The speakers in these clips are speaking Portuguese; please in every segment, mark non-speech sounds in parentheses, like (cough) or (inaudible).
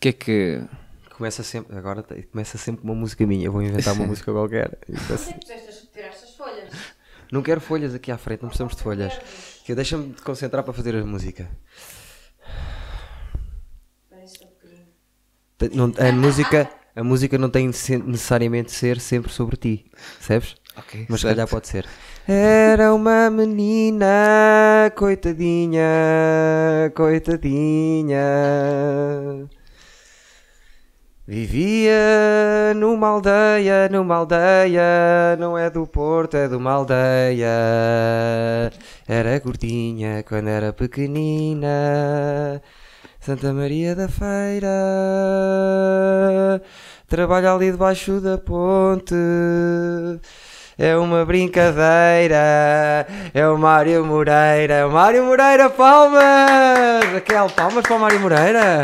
que é que. Começa sempre, agora te- começa sempre uma música minha. Eu vou inventar uma música qualquer. E começa- Onde é que puseste as- tiraste as folhas? Não quero folhas aqui à frente, não precisamos de folhas. Que Deixa-me de concentrar para fazer a música. Espera aí só um bocadinho. Te- não- a música. A música não tem de ser- necessariamente de ser sempre sobre ti, percebes? Ok, Mas se certo. calhar pode ser. Era uma menina, coitadinha, coitadinha. Vivia numa aldeia, numa aldeia, não é do Porto, é de uma aldeia. Era gordinha quando era pequenina. Santa Maria da Feira trabalha ali debaixo da ponte. É uma brincadeira, é o Mário Moreira. Mário Moreira, palmas! Raquel, palmas para o Mário Moreira!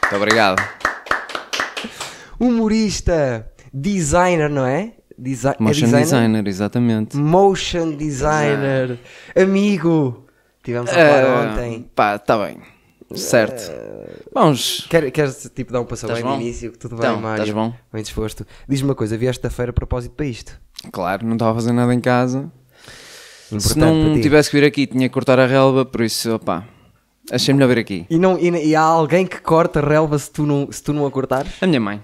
Muito obrigado. É humorista, designer, não é? Desi é Motion designer? Hum. exatamente. Motion designer, amigo. Tivemos a falar Ah, ontem. Ah. Pá, tá bem. Certo. Vamos. Quer, queres tipo dar um passo Estás bem no bom? início? que Tudo Então, bem, Mário? estás bom? Bem disposto. Diz-me uma coisa, vieste da feira a propósito para isto? Claro, não estava a fazer nada em casa. Importante Se não para ti. tivesse que vir aqui, tinha que cortar a relva, por isso, opá, achei melhor vir aqui. E, não, e, e há alguém que corta relva se tu não, se tu não a cortares? A minha mãe.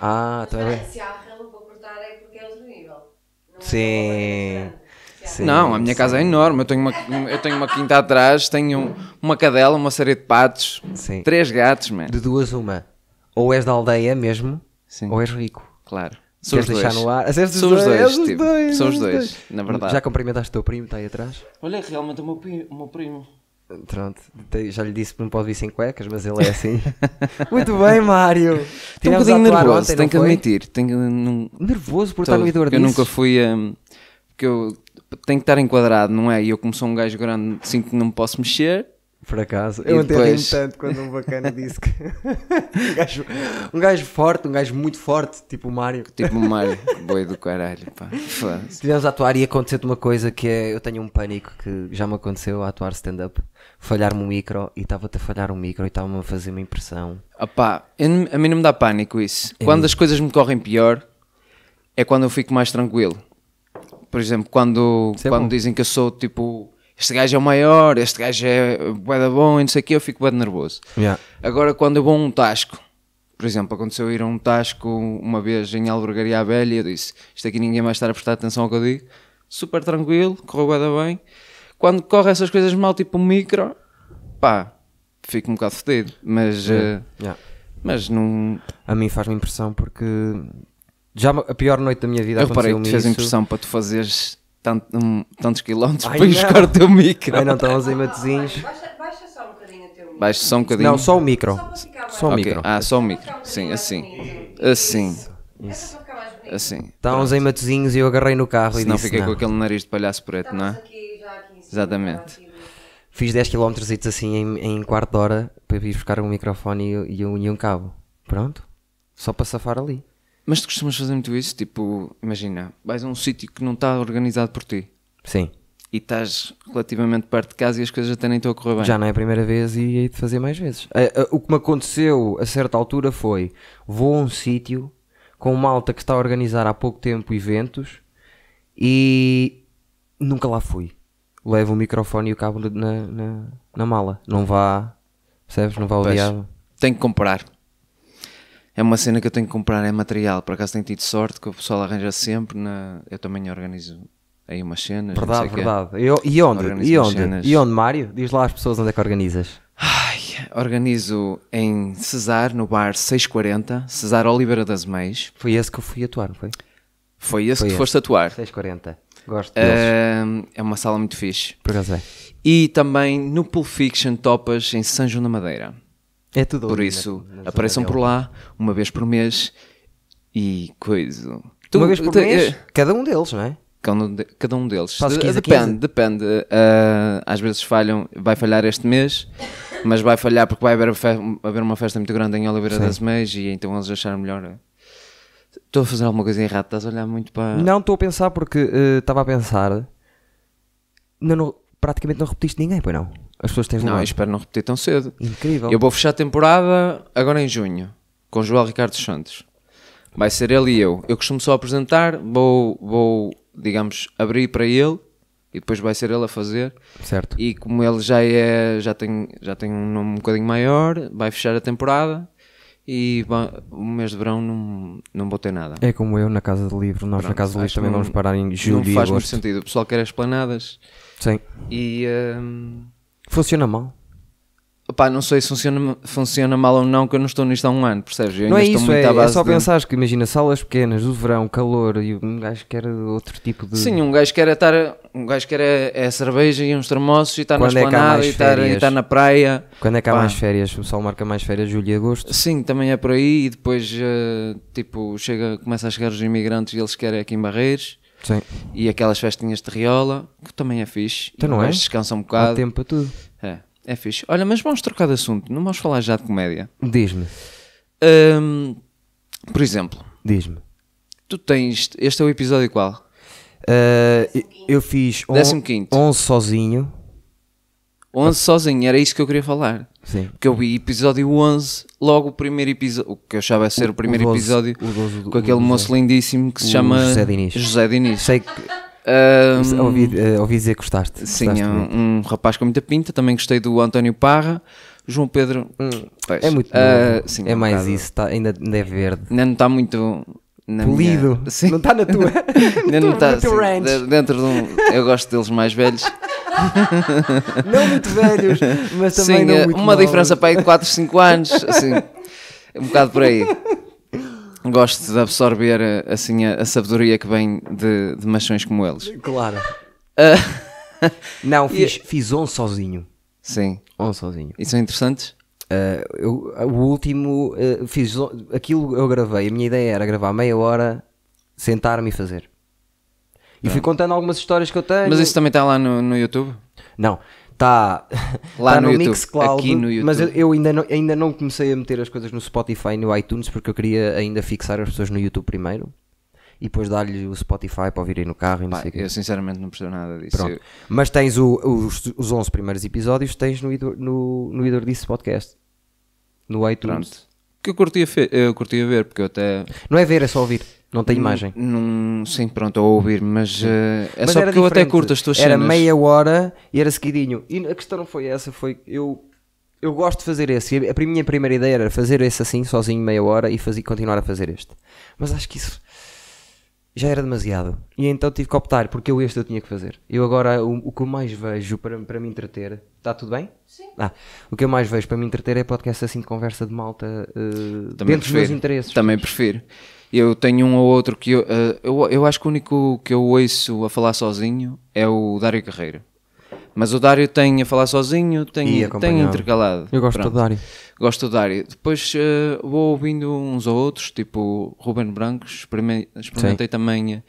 Ah, Mas Tá está espera aí, bem. Se há relo para cortar é porque é outro nível. Não é uma Sim. coisa grande. Sim. não, a minha casa é enorme. Eu tenho uma, eu tenho uma quinta atrás, tenho uma cadela, uma série de patos, Sim. três gatos, mano. De duas, uma. Ou és da aldeia mesmo, Sim. ou és rico. Claro. Queres deixar no ar? És dos São os dois, dois, és dos tipo, dois, são és os dos dois, na verdade. Já cumprimentaste o teu primo, está aí atrás? Olha, realmente o meu, pi- o meu primo. Pronto, te- já lhe disse que não pode vir sem cuecas, mas ele é assim. (laughs) Muito bem, Mário. Estou um Tivemos a bocadinho atuar nervoso, ontem, não tenho que foi? admitir. Tenho que, não, Nervoso por tô, estar no Eduardo porque eu nunca fui hum, Porque eu tenho que estar enquadrado, não é? E eu, como sou um gajo grande, sinto que não me posso mexer. Por acaso, E eu até depois- ri tanto quando um bacana disse que. (laughs) um, gajo, um gajo forte, um gajo muito forte, tipo o Mário. Tipo o Mário, que (laughs) boi do caralho, pá. Foda-se. Estivemos a atuar e aconteceu-te uma coisa que é. Eu tenho um pânico que já me aconteceu a atuar stand-up. Falhar-me um micro e estava-te a falhar um micro e estava-me a fazer uma impressão. Opá, eu não- a mim não me dá pânico isso. É Quando as coisas me correm pior, é quando eu fico mais tranquilo. Por exemplo, quando, é bom. quando dizem que eu sou tipo, este gajo é o maior, este gajo é bué da bom e não sei o que, eu fico bué de nervoso. Yeah. Agora, quando eu vou a um tasco, por exemplo, aconteceu eu ir a um tasco uma vez em Albergaria à Velha, eu disse: Isto aqui ninguém vai estar a prestar atenção ao que eu digo, super tranquilo, correu bué da bem. Quando corre essas coisas mal, tipo um micro, pá, fico um bocado fedido, mas. eh, Yeah. mas não. A mim faz-me impressão porque já a pior noite da minha vida Eu reparei que aconteceu-me te fez isso. impressão para tu fazeres tanto- um, tantos quilómetros Ai, para ir buscar não. o teu micro. Ai, não tá um estão os Olha, imatozinhos. assim. Baixa, baixa só um bocadinho o teu nível. Baixo só um bocadinho. Não, só o micro. Só para ficar mais Só o Ok. micro. Ah, só o micro. Só para ficar um Sim, bocadinho assim. mais bonito. Assim. É só para ficar mais bonito. Assim. Estavam os imatozinhos e eu agarrei no carro e Senão disse, fiquei com "Não." aquele nariz de palhaço preto, não Estamos é? aqui, já aqui em cima, Exatamente. já aqui. Fiz 10 km assim em, em quarto de hora para vir buscar um microfone e, e um, e um cabo. Pronto. Só para safar ali. Mas tu costumas fazer muito isso? Tipo, imagina, vais a um sítio que não está organizado por ti Sim. e estás relativamente perto de casa e as coisas até nem estão a correr bem. Já não é a primeira vez e hei de fazer mais vezes. A- a- o que me aconteceu a certa altura foi: vou a um sítio com malta que está a organizar há pouco tempo eventos e nunca lá fui. Levo o microfone e o cabo na, na, na mala. Não vá, percebes? Não vá ao Pois. diabo. Tenho que comprar. É uma cena que eu tenho que comprar, é material. Por acaso tenho tido sorte que o pessoal arranja sempre. na- Eu também organizo aí umas cenas. não sei Verdade, o quê. verdade. E, e onde? Organizo e umas onde? cenas. E onde, Mário? Diz lá às pessoas onde é que organizas. Ai, organizo em Cesar, no bar 640, Cesar Oliveira das Meis. Foi esse que eu fui atuar, não foi? Foi esse Foi que esse. foste atuar. 6h40. Gosto deles. Ah, É uma sala muito fixe. Por acaso é. E também no Pulp Fiction topas em São João da Madeira. É tudo Por ali na- isso, na zona apareçam por dele. lá uma vez por mês e coisa. uma vez por tu- mês, eh, cada um deles, não é? Cada um, de- cada um deles. Fazes De- 15, depende, 15. depende. Ah, às vezes falham, vai falhar este mês, mas vai falhar porque vai haver, fe- haver uma festa muito grande em Oliveira das Meias e então eles acharam melhor. Estou a fazer alguma coisa errada, estás a olhar muito para. Não, estou a pensar porque eh, estava a pensar. Não, não- praticamente não repetiste ninguém, pois não? As pessoas têm Não, levado. espero não repetir tão cedo. Incrível. Eu vou fechar a temporada agora em junho, com Joel Ricardo Santos. Vai ser ele e eu. Eu costumo só apresentar, vou, vou digamos, abrir para ele e depois vai ser ele a fazer. Certo. E como ele já é, já tem, já tem um nome um bocadinho maior, vai fechar a temporada e ba- o mês de verão não, não vou ter nada. É como eu na Casa do Livro. Nós na Casa do Livro Acho que também não- vamos parar em julho Não e faz muito agosto. sentido. O pessoal quer as planadas Sim. e. hum, Funciona mal. Pá, não sei se funciona, funciona mal ou não, que eu não estou nisto há um ano, percebes? Eu não ainda é estou isso, é, muito à é base só de- pensares que imagina salas pequenas, do verão, calor e um gajo que era outro tipo de. Sim, um gajo quer é estar. a- Um gajo quer é, é a cerveja e uns termossos e estar Quando na é que há esplanada mais e, estar, e férias? estar na praia. Quando é que há Pá. mais férias? O pessoal marca mais férias, julho e agosto. Sim, também é por aí e depois, eh, tipo, chega, começa a chegar os imigrantes e eles querem aqui em Barreiros Sim. e aquelas festinhas de riola, que também é fixe. Então e não o é? gajo descansa um Há bocado. tempo para tudo. É, é fixe. Olha, mas vamos trocar de assunto, não vamos falar já de comédia. Diz-me, Hum, por exemplo, diz-me. tu tens. Este é o episódio qual? Ah, eu- eu fiz on- Décimo quinto. 11 sozinho. 11 sozinho, era isso que eu queria falar. Sim. Porque eu vi episódio 11, logo o primeiro episódio, o que eu achava ser o, primeiro 12, episódio, o 12 do- com aquele o é. moço lindíssimo que se o chama José Diniz. José Diniz. Sei que Ahm, (laughs) ouvi, ah, ouvi dizer que gostaste. Um, sim, Gostaste é muito. um, um rapaz com muita pinta. Também gostei do António Parra, João Pedro. pois, É muito ah, novo. sim, É um mais bocado- isso, tá- ainda, ainda é verde. Ainda não está muito. na Polido. minha- sim, Não está na (laughs) tua. (laughs) ainda não no está teu- no assim, teu ranch. de- dentro de um. Eu gosto deles mais velhos. Não muito velhos, mas também Sim, não eh, muito uma novos. diferença para aí de 4, 5 anos, assim, um bocado por aí. Gosto de absorver eh, assim a, a sabedoria que vem de, de machões como eles. Claro. Ah, Não, fiz, é- fiz 11 sozinho. sim, 11 sozinho. e são interessantes? Ah, eu- o último, ah, fiz o- aquilo eu gravei. A minha ideia era gravar meia hora, sentar-me e fazer. E fui contando algumas histórias que eu tenho. Mas isso também está lá no, no YouTube? Não, está Lá tá no no, YouTube, Mixcloud, aqui no mas eu, YouTube. eu ainda, não, ainda não comecei a meter as coisas no Spotify e no iTunes porque eu queria ainda fixar as pessoas no YouTube primeiro e depois dar-lhe o Spotify para ouvirem no carro e não Pá, sei o quê. eu sinceramente não percebo nada disso. Pronto. Eu- Mas tens o- os, os 11 primeiros episódios, tens no Idor, no, no Idor Disse Podcast. No iTunes. Pronto. Que eu curtia, fe- eu curtia ver, porque eu até. Não é ver, é só ouvir. Não Hum. tem imagem. Não, sim, pronto, a ouvir, mas eh, é Mas só era porque eu até diferente. curto as tuas Era cenas. meia hora e era seguidinho. E a questão não foi essa, foi que eu eu gosto de fazer esse. E A pri- minha primeira ideia era fazer esse assim, sozinho, meia hora e fazer, continuar a fazer este. Mas acho que isso já era demasiado. E então tive que optar, porque eu este eu tinha que fazer. Eu agora, o, o que eu mais vejo para, para me entreter. Está tudo bem? Sim. Ah, o que eu mais vejo para me entreter é podcast assim de conversa de malta eh, dentro dos meus interesses. Também prefiro. Eu tenho um ou outro que eu, eh, eu. Eu acho que o único que eu ouço a falar sozinho é o Dário Carreiro. Mas o Dário tem a falar sozinho, E tem, acompanhado. tem intercalado. Eu gosto do Dário. Gosto do Dário. Depois eh, vou ouvindo uns ou outros, tipo Ruben Brancos. Experimentei, experimentei também eh,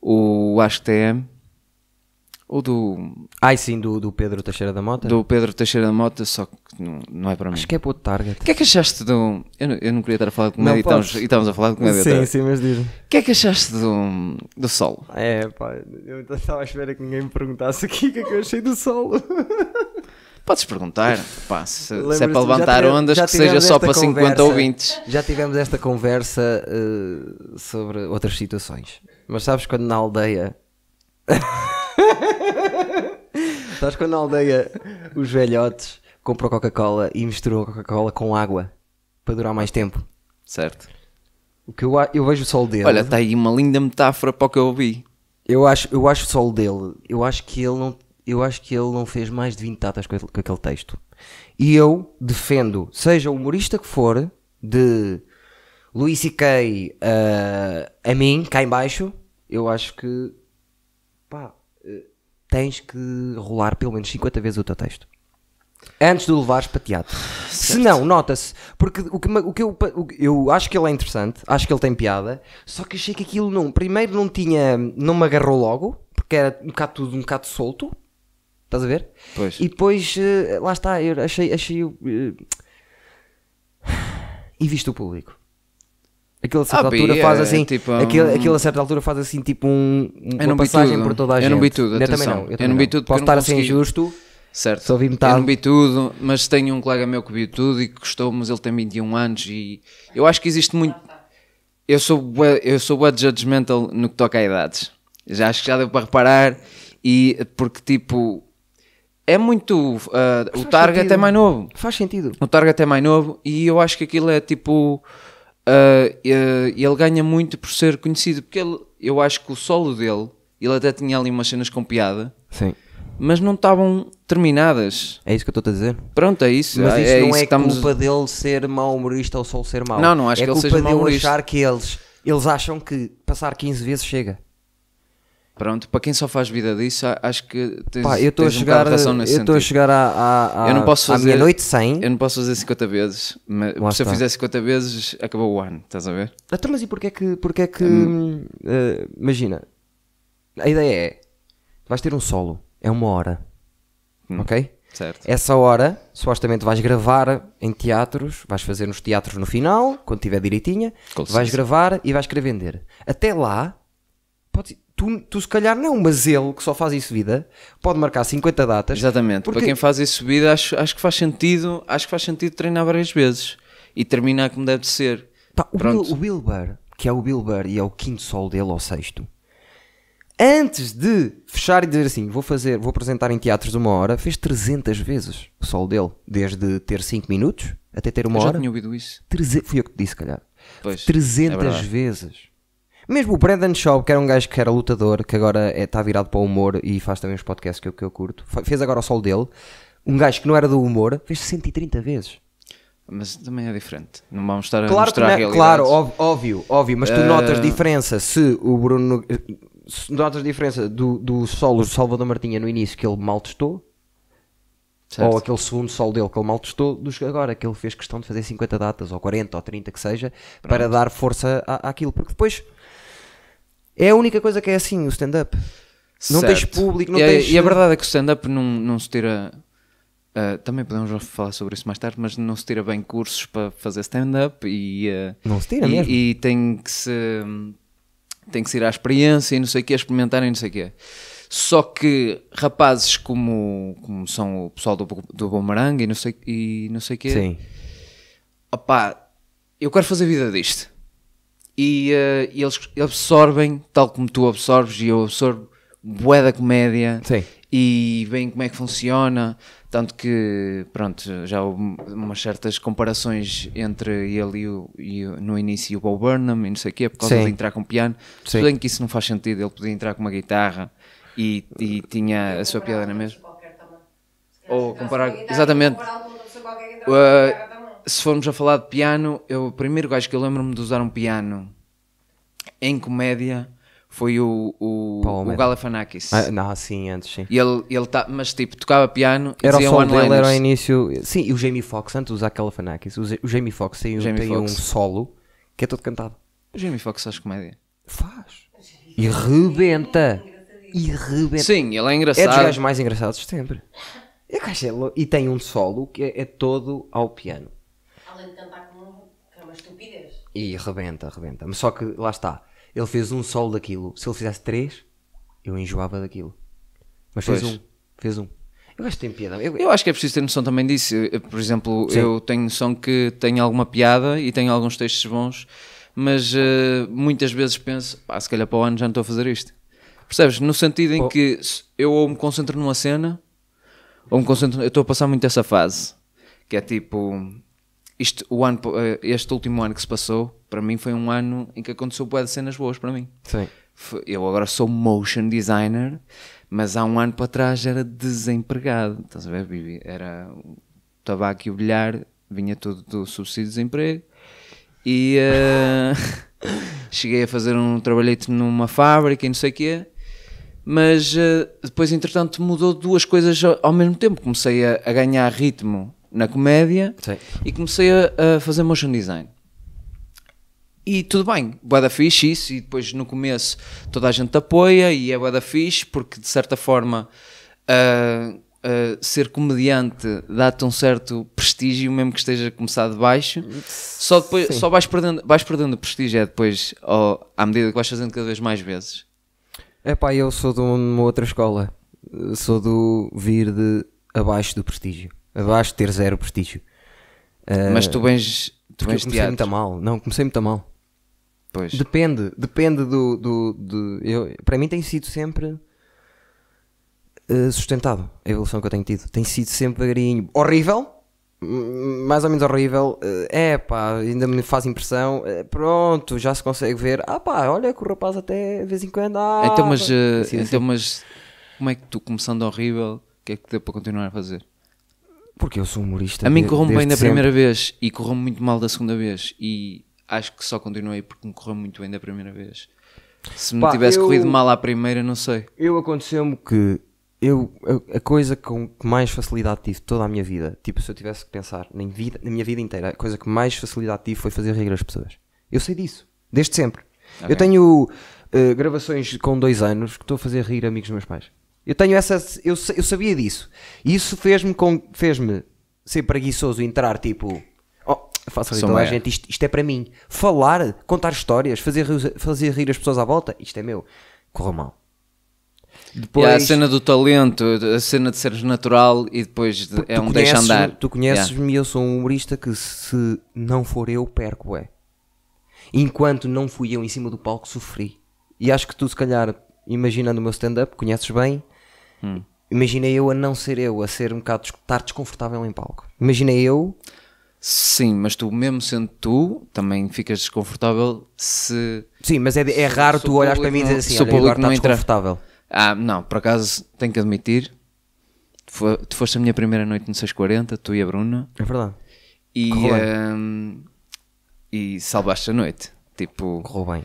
o Acho que TM. Ou do, Ai sim, do, do Pedro Teixeira da Mota. do Pedro Teixeira da Mota, só que não, não é para mim. Acho que é para outro target. O que é que achaste do. Eu não, eu não queria estar a falar de comédia Não e estávamos, podes. e estávamos a falar de comédia. outra Sim, vez. sim, mas diz O que é que achaste do, do solo? É, pá, eu estava à espera que ninguém me perguntasse aqui o que é que eu achei do solo. Podes perguntar, pá, se, se é Lembras-te, para já levantar tive- ondas já que seja tivemos só esta para 50 conversa- ouvintes. (laughs) Já tivemos esta conversa eh, sobre outras situações. Mas sabes quando na aldeia. (laughs) sabes quando na aldeia os velhotes compram Coca-Cola e misturam a Coca-Cola com água para durar mais tempo? Certo. O que eu, a- eu vejo o sol dele. Olha, está aí uma linda metáfora para o que eu ouvi. Eu acho, eu acho o solo dele. Eu acho que ele não, eu acho que ele não fez mais de 20 datas com, aquele- com aquele texto. E eu defendo, seja o humorista que for, de Luís C.K. a- a mim, cá em baixo, eu acho que pá, eh, tens que rolar pelo menos 50 vezes o teu texto. Antes de o levares para teatro. Se não, nota-se. Porque o que, ma- o que eu, pa- o que- eu acho que ele é interessante, acho que ele tem piada, só que achei que aquilo não. Primeiro não tinha. não me agarrou logo, porque era um bocado tudo um bocado solto. Estás a ver? Pois. E depois, eh, lá está, eu achei. achei eh, e visto o público. Aquilo a certa Ah, Bi, altura faz é assim. tipo aquilo, um- aquilo a certa altura faz assim tipo um, um- Eu não uma vi passagem tudo. por toda a Eu gente. não vi tudo, eu também atenção. não. Eu também não vi tudo porque Posso eu estar não a ser consegui. injusto, Certo. Só vi Eu metade. não vi tudo, mas tenho um colega meu que viu tudo e que gostou, mas ele tem 21 anos e eu acho que existe muito. Eu sou bué- eu sou bué judgmental no que toca a idades. Já acho que já deu para reparar e porque tipo é muito ah, o Faz target sentido. é mais novo. Faz sentido. O Target é mais novo e eu acho que aquilo é tipo. ah, eh, ele ganha muito por ser conhecido, porque ele- eu acho que o solo dele, ele até tinha ali umas cenas com piada, Sim. mas não estavam terminadas. É isso que eu estou a dizer. Pronto, é isso. Mas é, isso é não isso é que estamos... culpa dele ser mau humorista ou só ser mau. Não, não acho é que ele culpa seja mau dele humorista. achar que eles, eles acham que passar 15 vezes chega. Pronto, para quem só faz vida disso, a- acho que tens, Pá, eu estou a tens um bocado chegar, de razão nesse eu estou a sentido. chegar à, à, à, Eu não posso à fazer- meia-noite 100. Eu não posso fazer 50 vezes, mas Lá se eu está. fizer 50 vezes, acabou o ano, estás a ver? Então, mas e porquê que, porquê que hum, eh, imagina, a ideia é, vais ter um solo, é uma hora, Hum. ok? Certo. Essa hora, supostamente vais gravar em teatros, vais fazer nos teatros no final, quando tiver direitinha, Com licença. vais gravar e vais querer vender. Até lá, pode- tu, tu se calhar não, mas ele que só faz isso vida, pode marcar 50 datas. Exatamente, porque para quem faz isso subida, acho, acho que faz sentido, acho que faz sentido treinar várias vezes e terminar como deve de ser. Pá, o, Bill, Pronto. o Bill Burr, que é o Bill Burr e é o quinto solo dele, ou sexto, antes de fechar e dizer assim, vou fazer, vou apresentar em teatros uma hora, fez 300 vezes o solo dele, desde ter 5 minutos até ter uma Eu já hora. tinha ouvido isso. Treze- Fui eu que te disse, se calhar. Pois, 300 é vezes. Mesmo o Brandon Shaw, que era um gajo que era lutador, que agora está virado para o humor e faz também os podcasts que eu, que eu curto, fa- fez agora o solo dele. Um gajo que não era do humor, fez 130 vezes. Mas também é diferente. Não vamos estar a Claro, que mostrar não- é, a realidade. Eh, claro óbvio, óbvio, óbvio, mas tu notas diferença se o Bruno. eh, Se notas diferença do, do solo do Salvador Martinha no início que ele mal testou, Certo. ou aquele segundo solo dele que ele mal testou, dos que agora que ele fez questão de fazer 50 datas, ou 40, ou 30 que seja, para dar força à, àquilo, porque depois é a única coisa que é assim o stand-up. Não tens Certo. público, não e, a- tens. E a verdade é que o stand-up não, não se tira. ah, também podemos falar sobre isso mais tarde, mas não se tira bem cursos para fazer stand-up e. ah, Não se tira e, mesmo. E tem que se. Tem que se ir à experiência e não sei o quê, experimentar e não sei o quê. Só que rapazes como, como são o pessoal do, Bo- do Boomerang e não sei, e não sei o quê, Sim, opá, eu quero fazer vida disto. E eh, eles absorvem, tal como tu absorves, e eu absorvo bué da comédia. Sim. E veem como é que funciona. Tanto que, pronto, já houve um- umas certas comparações entre ele e, o, e o- no início e o Bo Burnham e não sei o quê, por causa Sim. de entrar com um piano. Sim. Se bem que isso não faz sentido, ele podia entrar com uma guitarra e, e tinha a sua piada na mesma. assim, Qualquer tamanho. Se calhar Ou se comparar- entrasse com a exatamente. guitarra, comparar com outra pessoa qualquer que entrasse com a guitarra também. Uh, se formos a falar de piano, eu, o primeiro gajo que eu lembro-me de usar um piano em comédia foi o, o, Paulo o Almeida. Galifianakis. Ah, não, sim, antes sim. E ele, ele tá, mas tipo, tocava piano e Era o dizia solo dele, era o one-liners. início. Sim, e o Jamie Foxx, antes de usar Califanakis, o, Ja- o Jamie Foxx tem, um- Jamie tem um Foxx. solo que é todo cantado. O Jamie Foxx faz comédia. Faz. E rebenta. E rebenta. Sim, ele é é dos engraçado. gajos mais engraçados de sempre. É que acho que é lou- E tem um solo que é, é todo ao piano. Além de cantar como um- que é uma estupidez. E rebenta, rebenta. Mas só que lá está. Ele fez um solo daquilo. Se ele fizesse três, eu enjoava daquilo. Mas fez Pois. um. Fez um. Eu acho que tem piada. Eu- Eu acho que é preciso ter noção também disso. Eu, Por exemplo, eu tenho noção que tenho alguma piada e tenho alguns textos bons, mas eh, muitas vezes penso, pá, se calhar para o ano já não estou a fazer isto. Percebes? No sentido em que se- eu ou me concentro numa cena, ou me concentro. Eu estou a passar muito essa fase, que é tipo. Isto, o ano, eh, este último ano que se passou, para mim foi um ano em que aconteceu bué de cenas boas para mim. Sim. F- Eu agora sou motion designer, mas há um ano para trás era desempregado. Estás a ver, Bibi? Era o tabaco e o bilhar, vinha tudo do subsídio de desemprego. E eh, (laughs) cheguei a fazer um trabalhito numa fábrica e não sei o quê. Mas eh, depois, entretanto, mudou duas coisas ao- ao mesmo tempo. Comecei a, a ganhar ritmo na comédia Sim. e comecei a- a fazer motion design. E tudo bem, bué da fixe isso, e depois no começo toda a gente te apoia e é bué da fixe porque de certa forma ah, ah, ser comediante dá-te um certo prestígio mesmo que esteja a começar de baixo, só, depois, só vais, perdendo, vais perdendo prestígio é depois ao- à medida que vais fazendo cada vez mais vezes. um, É pá, eu sou de uma outra escola. Sou do vir de abaixo do prestígio. Abaixo de ter zero prestígio. Ah, Mas tu vens, tu porque eu vens comecei muito a teatro. mal. Não, comecei muito a mal. Pois. Depende, depende do. do, do- eu, para mim tem sido sempre eh, sustentado a evolução que eu tenho tido. Tem sido sempre devagarinho. Horrível, hum, mais ou menos horrível. eh, É pá, ainda me faz impressão. eh, Pronto, já se consegue ver. Ah pá, olha que o rapaz até de vez em quando. Ah, Então, mas, pá. eh, Assim, então, mas como é que tu, começando horrível, o que é que deu para continuar a fazer? Porque eu sou humorista. A mim Então, de- correu-me desde bem da sempre. primeira vez e correu-me muito mal da segunda vez. E acho que só continuei porque me correu muito bem da primeira vez. Se me Pá, tivesse eu- corrido mal à primeira, não sei. Eu aconteceu-me que eu a, a coisa com que mais facilidade tive toda a minha vida, tipo, se eu tivesse que pensar na minha vida, na minha vida inteira, a coisa que mais facilidade tive foi fazer rir as pessoas. Eu sei disso, desde sempre. Eu tenho eh, gravações com dois anos que estou a fazer rir amigos dos meus pais. Eu tenho essa. Eu, sa- eu sabia disso. E isso fez-me com- fez-me ser preguiçoso e entrar tipo. Oh, faço rir Sou toda a maior. gente, isto, isto é para mim. Falar, contar histórias, fazer, rir- fazer rir as pessoas à volta, isto é meu. Correu mal. E Depois, há a cena do talento, a cena de seres natural e depois de- é tu um deixa conheces- andar. Tu Yeah. conheces-me e eu sou um humorista que se não for eu, perco, é. Enquanto não fui eu em cima do palco, sofri. E acho que tu, se calhar, imaginando o meu stand-up, conheces bem, Hum. imaginei eu a não ser eu, a ser um bocado, des- estar desconfortável em palco. Imaginei eu, Sim, mas tu, mesmo sendo tu, também ficas desconfortável se. sim, mas é, é Se- raro se tu o olhares para público mim e dizer não- assim, se o olha, agora público está não entrar. desconfortável. Ah, não, por acaso tenho que admitir. fo- Tu foste a minha primeira noite no 640, tu e a Bruna. É verdade. E, Correu bem. ehm, e salvaste a noite. Tipo, Correu bem,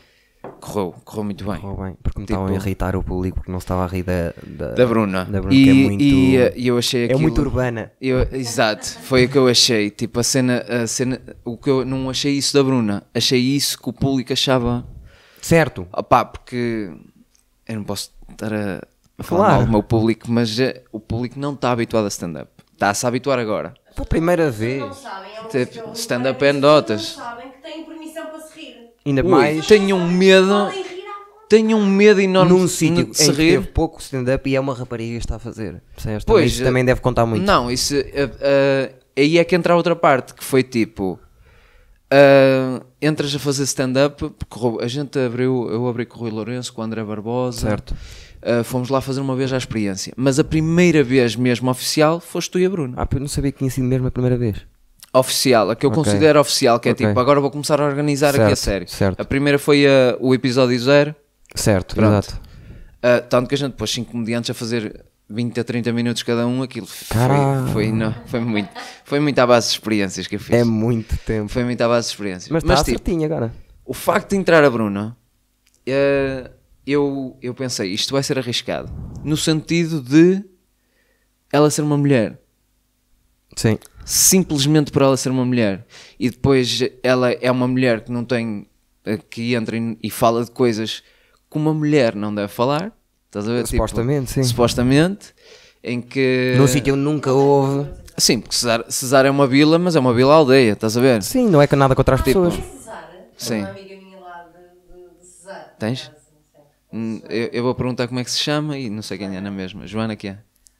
correu, correu muito bem. correu bem. Porque me estavam a irritar o público, porque não se estava a rir da, da, Tipo- Da Bruna. da Bruna, e, que é muito... e, eh, e eu achei é aquilo... muito urbana. Eu- exato, foi o que eu achei. Tipo, a cena, a cena. O que eu não achei isso da Bruna, achei isso que o público achava. Certo. Opá, porque eu não posso estar a a falar Claro. mal do meu público, mas eh, o público não está habituado a stand-up. Está-se a habituar agora. Pela primeira Não vez. sabem, é uma Tipo, coisa horrível, stand-up mas é notas. Não sabem que têm permissão para se rir. Ainda Ui, mais tenho um medo. Podem rir à vontade. Tenho um medo enorme num de- sítio em de se que rir. teve pouco stand-up e é uma rapariga que está a fazer. Percebes? Também Pois, isso também deve contar muito. Não, isso. eh, eh, aí é que entra a outra parte, que foi tipo. eh, entras a fazer stand-up, porque o- a gente abriu, eu abri com o Rui Lourenço, com o André Barbosa, Certo. Eh, fomos lá fazer uma vez a experiência, mas a primeira vez mesmo oficial foste tu e a Bruna. Ah, pá, eu não sabia que tinha sido mesmo a primeira vez. Oficial, a que eu Ok. considero oficial, que é Ok. tipo, agora vou começar a organizar aqui a Certo, série. certo. A primeira foi eh, o episódio zero, Certo, Pronto. exato. Ah, tanto que a gente pôs 5 comediantes a fazer 20 a 30 minutos cada um, aquilo foi, Caralho. foi, não, foi muito. Foi muito à base de experiências que eu fiz. É muito tempo. Foi muito à base de experiências. Mas tá Mas, está tipo, certinho agora. o facto de entrar a Bruna, eh, eu, eu pensei, isto vai ser arriscado. No sentido de ela ser uma mulher. Sim. Simplesmente por ela ser uma mulher. E depois ela é uma mulher que não tem. eh, que entra em- e fala de coisas que uma mulher não deve falar. Estás a ver? Tipo, Supostamente, sim. supostamente, em que. Num sítio onde nunca houve. Sim, porque Cesar, Cesar é uma vila, mas é uma vila aldeia, estás a ver? Sim, não é que nada contra as pessoas. Tem Cesar? Sim. Uma amiga minha lá de, de, de Cesar. por Tens? acaso, não sei. Hum, Eu, eu vou perguntar como é que se chama e não sei quem é na mesma. Joana que é?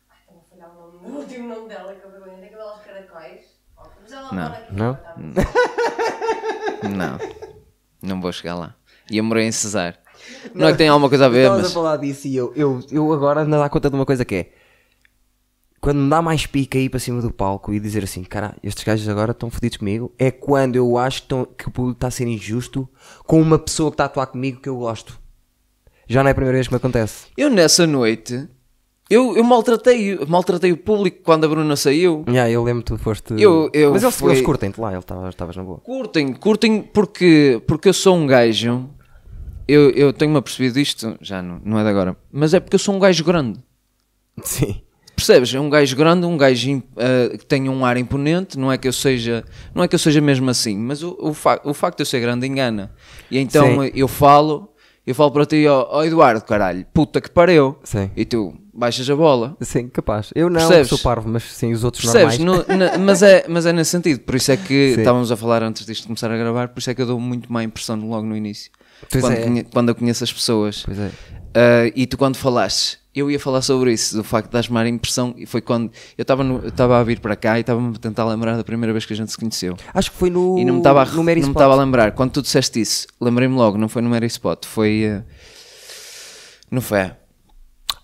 Ai, estou a falhar o nome, (laughs) o último nome dela, que eu vergonha. Tem cabelos caracóis. Ó, Mas ela Não. mora aqui. Não? tá bom. Não, não vou chegar lá. E eu morei em Cesar. Não é que tem alguma coisa a ver, Estavas a mas. falar disso e eu, eu, eu agora ando a dar conta de uma coisa que é quando me dá mais pica ir para cima do palco e dizer assim, cara, estes gajos agora estão fodidos comigo, é quando eu acho que, tão- que o público está a ser injusto com uma pessoa que está a atuar comigo que eu gosto. Já não é a primeira vez que me acontece. Eu nessa noite. Eu, eu maltratei, maltratei o público quando a Bruna saiu. Já, eu lembro que tu foste. Eu- eu Mas eles, fui- eles curtem-te lá, ele estava- estavas na boa. Curtem, curtem porque, porque eu sou um gajo. Eu, eu tenho-me apercebido isto, já não, não é de agora, mas é porque eu sou um gajo grande. Sim. Percebes? É um gajo grande, um gajo im- ah, que tem um ar imponente, não é que eu seja, não é que eu seja mesmo assim, mas o, o, fa- o facto de eu ser grande engana. E então Sim. eu falo, eu falo para ti, ó ó Eduardo, caralho, puta que pariu. Sim. E tu baixas a bola. Sim, capaz. Eu não, Percebes? sou parvo, mas sim, os outros Percebes? normais. No- na- mas, é, mas é nesse sentido, por isso é que Sim. estávamos a falar antes disto começar a gravar, por isso é que eu dou muito má impressão logo no início. Pois Quando, é. conhe- quando eu conheço as pessoas. Pois é. Ah, e tu quando falaste, eu ia falar sobre isso, do facto de das má impressão, e foi quando eu estava no- eu estava a vir para cá e estava-me a tentar lembrar da primeira vez que a gente se conheceu. Acho que foi no. E não me estava a, no não me Mary Spot. estava a lembrar. Quando tu disseste isso, lembrei-me logo, não foi no Mary Spot, foi. eh, no Fé.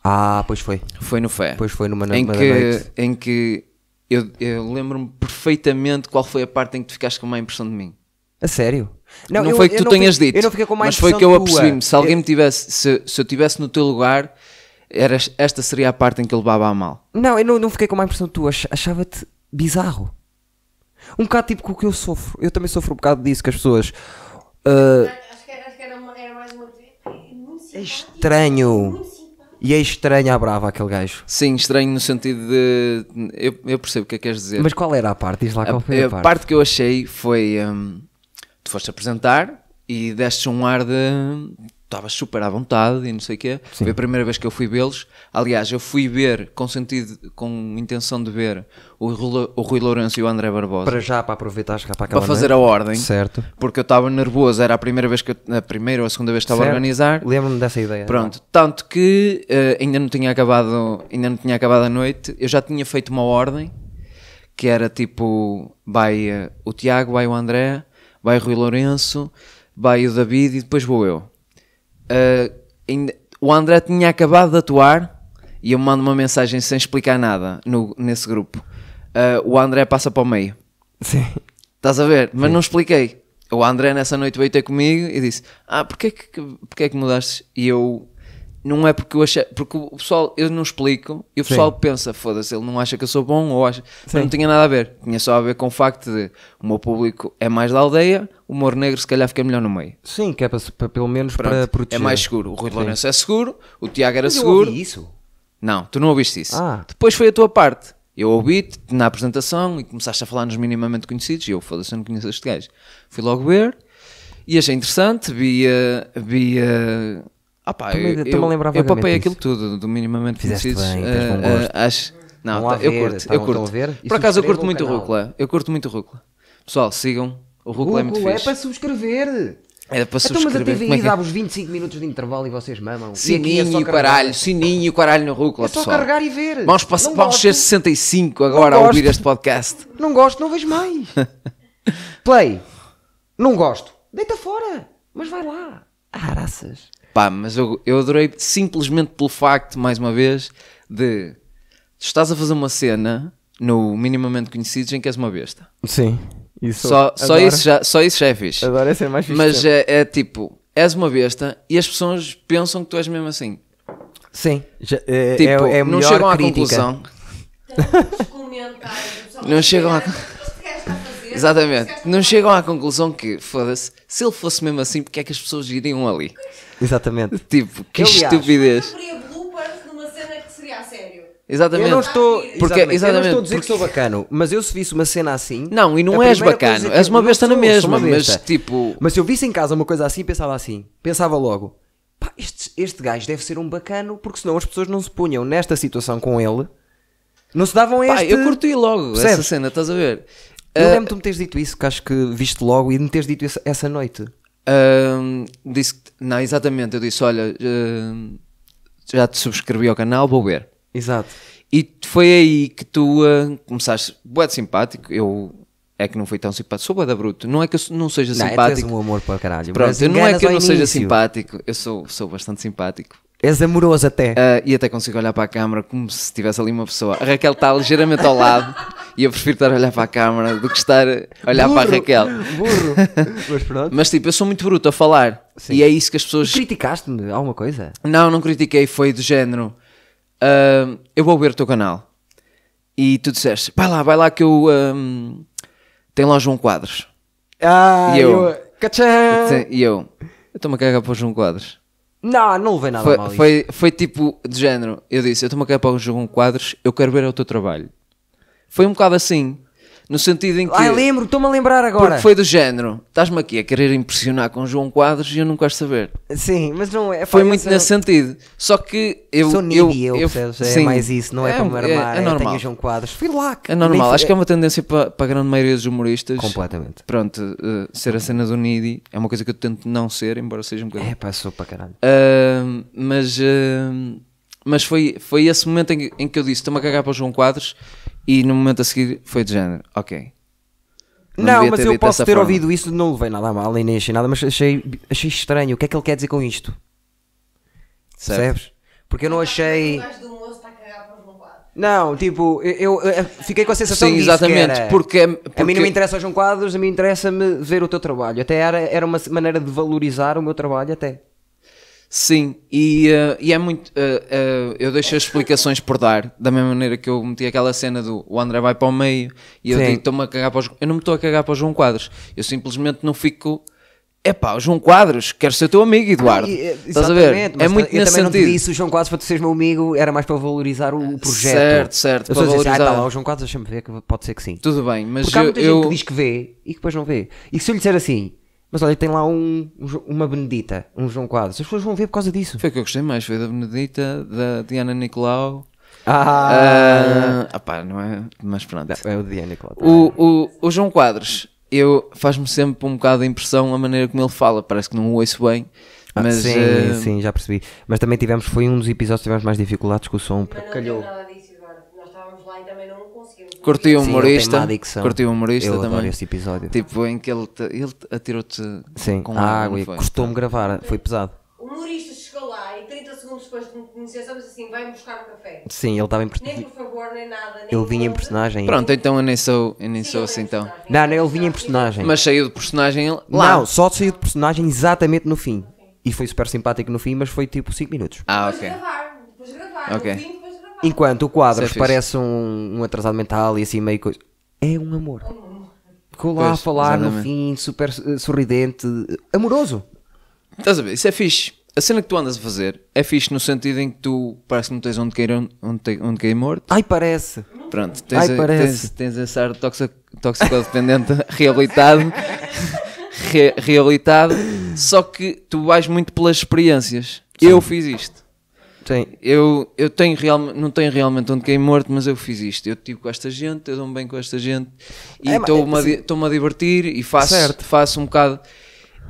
Ah, pois foi. Foi no Fé. Pois foi numa- em numa que, noite. em que eu, eu lembro-me perfeitamente qual foi a parte em que tu ficaste com má impressão de mim. A sério? Não, eu- foi que eu tu não tenhas fiquei- dito. Eu não fiquei com mas mais foi que eu impressão tua. apercebi-me. Se alguém Eu- me tivesse, se, se eu estivesse no teu lugar, era, esta seria a parte em que eu levava a mal. Não, eu não, não fiquei com má impressão tua. ach- Achava-te bizarro. Um bocado tipo com o que eu sofro. Eu também sofro um bocado disso, que as pessoas. ah, Acho que, era- acho que era, uma- era mais uma vez. É muito é simpático. estranho. Muito simpático. E é estranho à brava aquele gajo. Sim, estranho no sentido de. Eu, eu percebo o que é que queres dizer. Mas qual era a parte? Diz lá qual foi a, a parte. É, parte que eu achei foi. hum, tu foste apresentar e deste um ar de. Estavas super à vontade e não sei o quê. Foi a primeira vez que eu fui vê-los. Aliás, eu fui ver com sentido, com intenção de ver o, Rui- o Rui Lourenço e o André Barbosa. Para já, para aproveitar, chegar para aquela para fazer a noite. ordem. Certo. Porque eu estava nervoso, era a primeira vez que eu, a primeira ou a segunda vez que estava a Certo. organizar. Lembro-me dessa ideia. Pronto, tanto que eh, ainda não tinha acabado, ainda não tinha acabado a noite. Eu já tinha feito uma ordem que era tipo vai eh, o Tiago, vai o André, vai o Rui Lourenço, vai o David e depois vou eu. Eh, ainda- o André tinha acabado de atuar e eu mando uma mensagem sem explicar nada no- nesse grupo. Eh, o André passa para o meio. Sim. Estás a ver? Mas não expliquei. O André nessa noite veio ter comigo e disse: Ah, porque é que, porque é que mudaste? E eu. Não é porque eu achei. Porque o pessoal. Eu não explico. E o pessoal pensa: Foda-se, ele não acha que eu sou bom ou acha. Mas não tinha nada a ver. Tinha só a ver com o facto de. O meu público é mais da aldeia. O humor negro, se calhar, fica melhor no meio. Sim, que é para, para- pelo menos Pronto. para proteger. É mais seguro. O Rui Lourenço é seguro. O Tiago era Mas eu seguro. ouvi isso. Não, tu não ouviste isso. Ah. Depois foi a tua parte. Eu ouvi-te na apresentação e começaste a falar nos minimamente conhecidos e eu, foda-se, eu não conheço este gajo. Fui logo ver e achei interessante, vi... eh, vi eh, ah pá, Também- eu, também eu, lembrava eu papei vagamente aquilo disso. tudo, do minimamente Fizeste conhecidos. bem, tens bom eh, eh, gosto. acho- não, Vão lá tá- eu ver, curto, estão- eu curto. estão a ver? E Por acaso eu curto subscrevam o muito o canal. Rúcula, eu curto muito o Rúcula. Pessoal, sigam, o Rúcula é muito Google, fixe. para subscrever. É para Então, mas a subscrever, como é TVI que é? dá-vos 25 minutos de intervalo e vocês mamam. aqui é Sininho só e carregar. caralho, sininho e caralho no Rúcula, É só pessoal. carregar e ver. Vamos, pass- Não vamos gosto. ser 65 agora a Não ouvir gosto. este podcast. Não gosto, não (laughs) vejo mais. Play. Não gosto. Deita fora. Mas vai lá. Ah, Araças. Pá, mas eu, eu adorei simplesmente pelo facto, mais uma vez, de tu estás a fazer uma cena no minimamente conhecidos em que és uma besta. Sim. Isso. Só, só, isso, já, só isso já é fixe. Adoro é ser mais fixe Mas é, é tipo, és uma besta e as pessoas pensam que tu és mesmo assim. Sim. Já- é, Tipo, é, é a não melhor chegam à crítica. conclusão. Os comentários. o pessoal Não que chegam a- Este gajo está a fazer. tá Exatamente. Não chegam à conclusão que, foda-se, se ele fosse mesmo assim, porque é que as pessoas iriam ali? Exatamente. Tipo, que Aliás, estupidez. Eu queria bloopers numa cena que seria a sério. Exatamente. Eu não estou, Porque- exatamente, eu não exatamente, estou a dizer porque- que sou bacano, mas eu se visse uma cena assim. Não, e não a és primeira bacano, coisa é tipo, és eu- uma não besta na sou, sou mesma, uma mas, besta. tipo- Mas se eu visse em casa uma coisa assim, pensava assim. Pensava logo, pá, este, este gajo deve ser um bacano, porque senão as pessoas não se punham nesta situação com ele, não se davam a Pá, este. eu eh, curti logo essa Percebes? cena, estás a ver? Ah, Eu lembro-me de tu me teres dito isso, que acho que viste logo e de me teres dito essa, essa noite. Ahm, disse que- não, exatamente, eu disse: olha, ahm, já te subscrevi ao canal, vou ver. Exato. E foi aí que tu ah, começaste, bué de simpático, eu é que não fui tão simpático, sou bué da bruto, não é que eu não seja Não, é, tu és simpático. um amor para caralho. Pronto, mas eu não é enganas que eu ao não seja início. simpático, eu sou, sou bastante simpático. És amoroso até. Ah, e até consigo olhar para a câmara como se estivesse ali uma pessoa. A Raquel está ligeiramente ao (laughs) lado e eu prefiro estar a olhar para a câmara do que estar a olhar para a Burro. Raquel. (laughs) Burro. Mas (laughs) pronto. Mas tipo, eu sou muito bruto a falar e é isso que as pessoas. Criticaste-me alguma coisa? Não, não critiquei, foi do género. ah, eu vou ver o teu canal e tu disseste, vai lá, vai lá que eu. ahm, tem lá o João Quadros. Ah, E eu? Cachã! E eu, eu estou-me a cagar para o João Quadros. Não, não levei nada Foi, mal. isso. foi, foi tipo de género. Eu disse: Eu estou-me a cagar para o João Quadros, eu quero ver o teu trabalho. Foi um bocado assim. No sentido em que. Ai, lembro, estou-me a lembrar agora. porque foi do género. Estás-me aqui a querer impressionar com o João Quadros e eu não quero saber. Sim, mas não é. Foi pá, muito eu nesse sentido. Só que eu. Sou eu, needy, eu, percebes? É sim. mais isso, não é, para me é- armar. É, eu normal. tenho o João Quadros. Fui lá. que É nem normal. fui- Acho que é uma tendência para, para a grande maioria dos humoristas. Completamente. Pronto, eh, ser a cena do needy é uma coisa que É. eu tento não ser, embora seja um bocadinho. É, pá, sou para caralho. Ahm, mas ahm, Mas foi, foi esse momento em que, em que eu disse: estou-me a cagar para o João Quadros, e no momento a seguir foi de género: ok. Não, devia mas dito eu posso dessa ter forma. ouvido isso, não levei nada a mal, nem achei nada, mas achei, achei estranho. O que é que ele quer dizer com isto? Certo. Percebes? Porque eu não achei. O gajo do um moço está a cagar para o João Quadros. Não, tipo, eu, eu- eu fiquei com a sensação Sim, disso, exatamente, que era, porque- é- a mim porque- não me interessa o João Quadros, a mim interessa-me ver o teu trabalho. Até era, era uma maneira de valorizar o meu trabalho, até. Sim, e, eh, e é muito. eh, eh, eu deixo as explicações por dar, da mesma maneira que eu meti aquela cena do o André vai para o meio e eu Sim. digo estou-me a cagar para os. Eu não me estou a cagar para o João Quadros, eu simplesmente não fico. Epá, o João Quadros, quero ser teu amigo, Eduardo. E, eh, Estás a ver? exatamente, É mas muito eu nesse também não te sentido. Ah, disse o João Quadros para tu seres meu amigo, era mais para valorizar o, o projeto. Certo, certo, Eu para só disse, ah, tá valorizar. lá, o João Quadros deixa-me ver, que pode ser que sim. Tudo bem, mas Porque há eu. muita gente eu- que diz que vê e que depois não vê. E que se eu lhe disser assim, mas olha, tem lá um, um Jo- uma Benedita, um João Quadros, as pessoas vão ver por causa disso. Foi o que eu gostei mais, foi da Benedita, da Diana Nicolau. Ah, Ah, pá, não é? Mas pronto. é o Diana Cláudio. O, o, o João Quadros, eu faz-me sempre um bocado a impressão a maneira como ele fala, parece que não o ouço bem, Ah, mas sim, eh, sim, já percebi. Mas também tivemos, foi um dos episódios que tivemos mais dificuldades com o som. Mas não Calhou. temos nada disso, Eduardo. Nós estávamos lá e também não conseguimos. curti o Sim, ele tem má humorista, dicção. curti o humorista Eu adoro também, esse episódio. tipo em que ele, te- ele te- atirou-te sim, com a não água, Tá. e foi? custou-me gravar, foi pesado. O humorista chegou lá e 30 segundos depois de me conhecer, só disse assim: vai-me buscar um café. Sim, ele estava em Nem personagem. por favor, nem nada. Nem Ele vinha em nada. personagem. Pronto, então eu nem sou, eu nem Sim, sou ele assim vinha em então. personagem. Não, não, ele vinha em personagem. Mas saiu do personagem ele- lá. Não, só saiu de personagem exatamente no fim. E foi super simpático no fim, mas foi tipo 5 minutos. Ah, Depois de ok. gravar, depois de gravar. Ok. No fim, depois de gravar. Enquanto o Quadros Isso é fixe. parece um, um atrasado mental e assim meio coisa. É um amor. Ficou lá a Pois, falar no exatamente. fim, super eh, sorridente, eh, amoroso. Estás a ver? Isso é fixe. A cena que tu andas a fazer é fixe no sentido em que tu parece que não tens onde cair, onde, te- onde cair morto. Ai, parece. Pronto, tens, Ai, a- parece. tens, tens esse ar toxi- toxicodependente (laughs) reabilitado, re- reabilitado, só que tu vais muito pelas experiências. Eu fiz isto. Sim. Eu, eu tenho real, não tenho realmente onde cair morto, mas eu fiz isto. Eu estive com esta gente, eu dou-me bem com esta gente e É, mas- estou-me a assim- di- estou-me a divertir e faço, Certo. faço um bocado.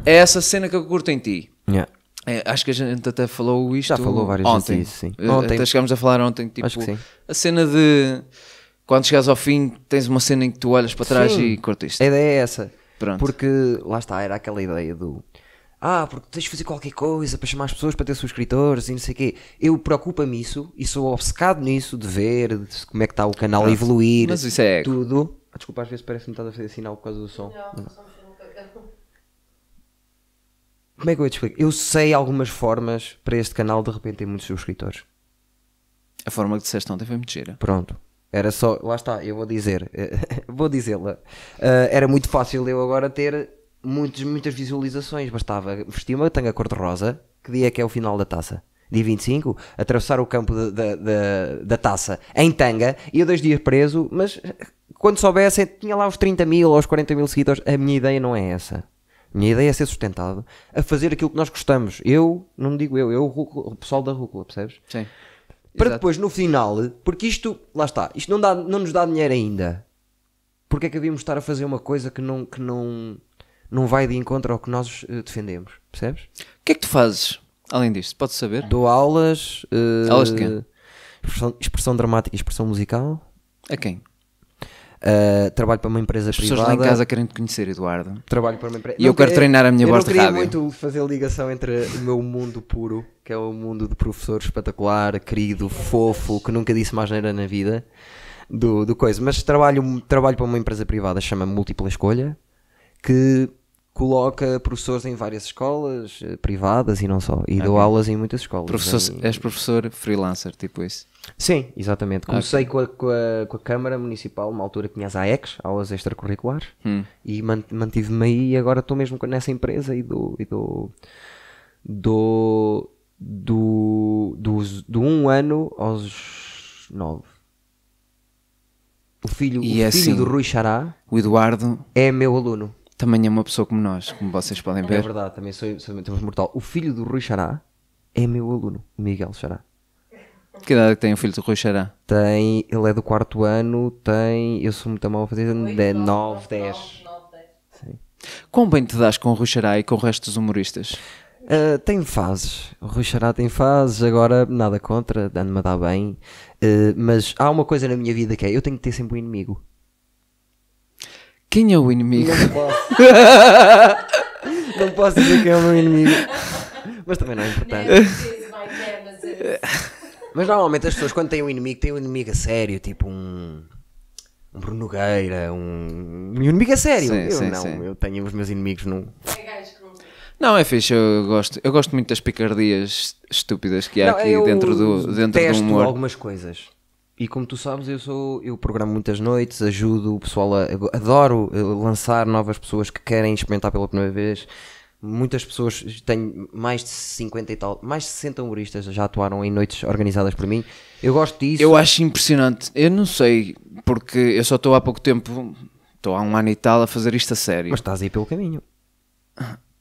É essa cena que eu curto em ti. Yeah. É, acho que a gente até falou isto Já falou várias vezes ontem. isso, sim. Eh, Ontem. Até chegámos a falar ontem, tipo, Acho que sim. a cena de quando chegas ao fim, tens uma cena em que tu olhas para trás Sim. e cortas isto. A ideia é essa. Pronto. Porque lá está, era aquela ideia do. Ah, porque tens de fazer qualquer coisa para chamar as pessoas para ter subscritores e não sei o quê. Eu preocupa-me isso e sou obcecado nisso de ver de como é que está o canal a evoluir. Ah, Mas isso é ego. tudo. Ah, Desculpa, às vezes parece-me que estás a fazer sinal por causa do som. Não, somos um cagão. Como é que eu ia te explico? Eu sei algumas formas para este canal de repente ter muitos subscritores. A forma que disseste ontem foi muito gira. Pronto. Era só, lá está, eu vou dizer, (laughs) vou dizê-la. Ah, era muito fácil eu agora ter muitos, muitas visualizações. Bastava vestir uma tanga cor-de-rosa, que dia é que é o final da taça? Dia 25, atravessar o campo da, da, da, da taça em tanga, ia dois dias preso, mas quando soubessem, tinha lá os 30 mil ou os 40 mil seguidores. A minha ideia não é essa. A minha ideia é ser sustentado, a fazer aquilo que nós gostamos. Eu, não digo eu, eu, o Rúcula- o pessoal da Rúcula, percebes? Sim. para Exato. depois no final, porque isto, lá está, isto não, dá, não nos dá dinheiro ainda. Porque é que havíamos de estar a fazer uma coisa que não, que não, não vai de encontro ao que nós eh, defendemos, percebes? O que é que tu fazes além disto? Podes saber? Dou aulas. eh, Aulas de quê? Expressão, expressão dramática e expressão musical. A quem? eh, trabalho para uma empresa As pessoas privada. lá em casa querem te conhecer, Eduardo. Trabalho para uma empresa. E eu quero treinar a minha voz de Eu não rádio. queria muito fazer ligação entre o meu mundo puro, que é o mundo de professor espetacular, querido, fofo, que nunca disse mais neira na vida, do, do coisa. Mas trabalho, trabalho para uma empresa privada, chama Múltipla Escolha, que coloca professores em várias escolas eh, privadas e não só. E dou aulas em muitas escolas. Professor, Em- és professor freelancer, tipo isso. Sim, exatamente. Comecei com, a, com, a, com a Câmara Municipal, uma altura que tinha as AECs, aulas extracurriculares, e man- mantive-me aí e agora estou mesmo nessa empresa e do. E do, do, do, dos- do um ano aos nove. O filho, E o é filho assim. do Rui Xará O Eduardo é meu aluno. também é uma pessoa como nós, como vocês podem É ver. verdade, também sou, sou, sou mortal. O filho do Rui Xará é meu aluno, o Miguel Xará. Que idade é que tem o filho do Rui Xará? Tem, ele é do quarto ano, tem, eu sou muito mal a fazer, de 9, 10. Nove, dez. Quão bem te dás com o Rui Xará e com o resto dos humoristas? Ah, tem fases. O Rui Xará tem fases, agora nada contra, dando-me a dar bem. Ah, mas há uma coisa na minha vida que é: eu tenho que ter sempre um inimigo. Quem é o inimigo? posso. (laughs) não posso dizer quem é o meu inimigo. Mas também não é Não é importante. preciso, vai ter, mas é- Mas normalmente as pessoas, quando têm um inimigo, têm um inimigo a sério, tipo um. Um Bruno Nogueira, um. Um inimigo a sério. Sim, eu sim, não, sim. eu tenho os meus inimigos num. é gajo que não tem. Não, é fixe, eu gosto. Eu gosto muito das picardias estúpidas que há Não, aqui eu dentro do, dentro do testo humor. algumas coisas. E como tu sabes, eu sou eu programo muitas noites, ajudo o pessoal a, eu adoro eh, lançar novas pessoas que querem experimentar pela primeira vez. Muitas pessoas tenho mais de 50 e tal, mais de 60 humoristas já atuaram em noites organizadas por mim. Eu gosto disso. Eu acho impressionante. Eu não sei, porque eu só estou há pouco tempo, estou há um ano e tal a fazer isto a sério. Mas estás aí pelo caminho.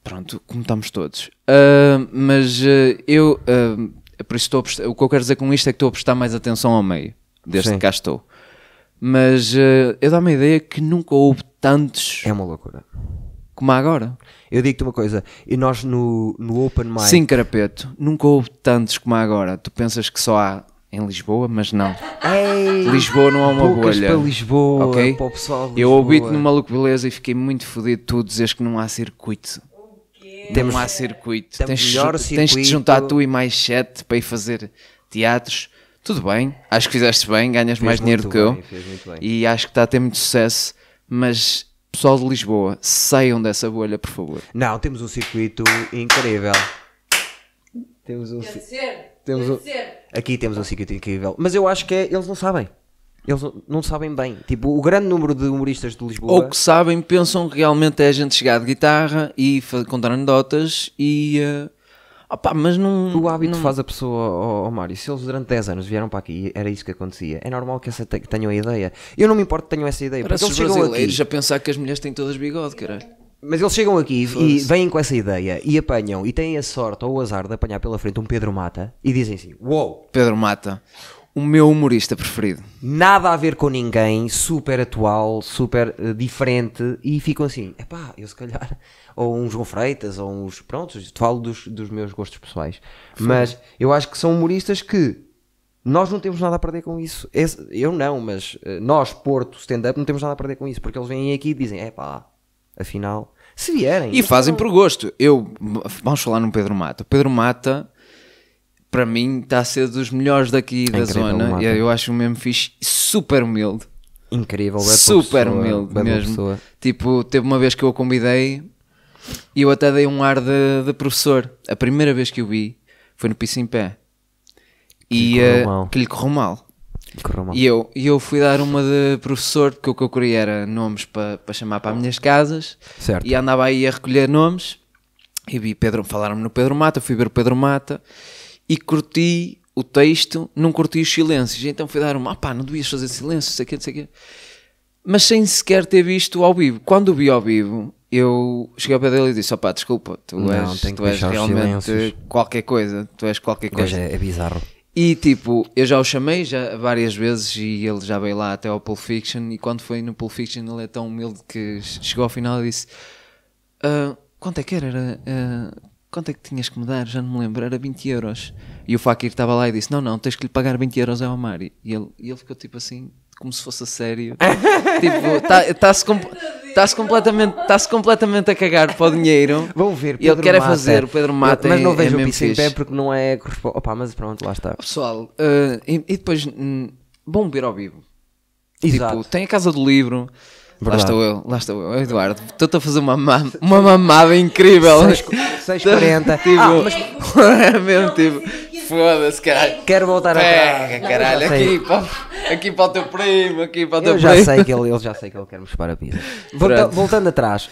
Pronto, como estamos todos. Ah, mas ah, eu, ah, por isso estou a presta- o que eu quero dizer com isto é que estou a prestar mais atenção ao meio, desde Sim. que cá estou. Mas ah, eu dá-me a ideia que nunca houve tantos É uma loucura. como há agora. Eu digo-te uma coisa, e nós no, no Open Mic. Sim, Carapeto, nunca houve tantos como há agora. Tu pensas que só há em Lisboa, mas não. Ei, Lisboa não é uma poucas bolha. para Lisboa, ok? para o pessoal de Eu ouvi-te Lisboa. no Maluco Beleza e fiquei muito fodido. Tu dizes que não há circuito. O quê? Temos, não há circuito. temos Tens, de melhor ju- tens de circuito. juntar tu e mais sete para ir fazer teatros. Tudo bem, acho que fizeste bem, ganhas mais muito dinheiro do que eu. bem, fez muito bem. E acho que está a ter muito sucesso. Mas, pessoal de Lisboa, saiam dessa bolha, por favor. Não, temos um circuito incrível. Temos um Deve ci- ser. Temos deve um- ser. Aqui temos um circuito incrível. Mas eu acho que é, eles não sabem. Eles não, não sabem bem. Tipo, o grande número de humoristas de Lisboa. Ou que sabem, pensam que realmente é a gente chegar de guitarra e fa- contar anedotas e. eh, opá, mas não. O hábito não- faz a pessoa, ó ó, Mário, se eles durante 10 anos vieram para aqui e era isso que acontecia, é normal que, essa te- que tenham a ideia. Eu não me importo que tenham essa ideia, Parece porque os eles chegam brasileiros aqui, a pensar que as mulheres têm todas bigode, caralho. mas eles chegam aqui e vêm com essa ideia e apanham e têm a sorte ou o azar de apanhar pela frente um Pedro Mata e dizem assim: Uou, Pedro Mata, o meu humorista preferido. nada a ver com ninguém, super atual, super eh, diferente, e ficam assim, epá, eu se calhar, (laughs) ou uns João Freitas, ou uns, pronto, falo dos, dos meus gostos pessoais, mas eu acho que são humoristas que nós não temos nada a perder com isso, Esse- eu não, mas eh, nós, Porto, stand-up, não temos nada a perder com isso, porque eles vêm aqui e dizem, epá, afinal, se vierem... E fazem por gosto. Eu, vamos falar no Pedro Mata. O Pedro Mata, para mim, está a ser dos melhores daqui da É incrível, o zona. Mata. Eu acho o mesmo fixe, super humilde. Incrível, é boa super pessoa, humilde é boa mesmo. pessoa. Tipo, teve uma vez que eu o convidei e eu até dei um ar de, de professor. A primeira vez que o vi foi no Piso em Pé. E correu eh, mal. que lhe correu mal. Correu mal. E eu, e eu fui dar uma de professor, porque o que eu queria era nomes para para chamar para as minhas casas. Certo. E andava aí a recolher nomes. E vi Pedro, falaram-me no Pedro Mata, fui ver o Pedro Mata e curti o texto, não curti os silêncios. Então fui dar uma, ah pá, não devias fazer silêncio, sei o quê, sei o quê. Mas sem sequer ter visto ao vivo. Quando o vi ao vivo, eu cheguei ao pé dele e disse, opá, desculpa, tu Não, és, tem que tu és deixar os realmente silêncios. qualquer coisa, tu és qualquer coisa. Hoje é, é bizarro. E tipo, eu já o chamei já várias vezes e ele já veio lá até ao Pulp Fiction. E quando foi no Pulp Fiction, ele é tão humilde que chegou ao final e disse: "Ah, Quanto é que era? Era, ah, quanto é que tinhas que me dar? Já não me lembro, era 20 euros. E o Fakir estava lá e disse: Não, não, tens que lhe pagar 20 euros é ao Mari. E ele, e ele ficou tipo assim, como se fosse a (laughs) sério. tipo, tá- tá-se com- tá-se completamente, tá completamente a cagar para o dinheiro. Vão ver, E ele Pedro quer é Mata. fazer o Pedro Mata. Eu- Mas não é- é vejo o mesmo piso em fixe. pé porque não é. correspo- Opa, mas pronto, lá está. Pessoal, eh, e, e depois, hum, bom ver ao vivo. Exato. Tipo, tem a casa do livro. Lá Verdade. estou eu, lá estou eu, Eduardo. Estou-te a fazer uma, ma- uma mamada incrível. 6,40. (laughs) tipo, Ah, (laughs) mas é mesmo tipo, foda-se, caralho. quero voltar atrás. Pega, Não, caralho, eu já sei. aqui para, aqui para o teu primo, aqui para o teu Eu já primo. sei que ele, ele já sei que ele quer me chupar (laughs) a pizza. Volta- Pronto. voltando atrás,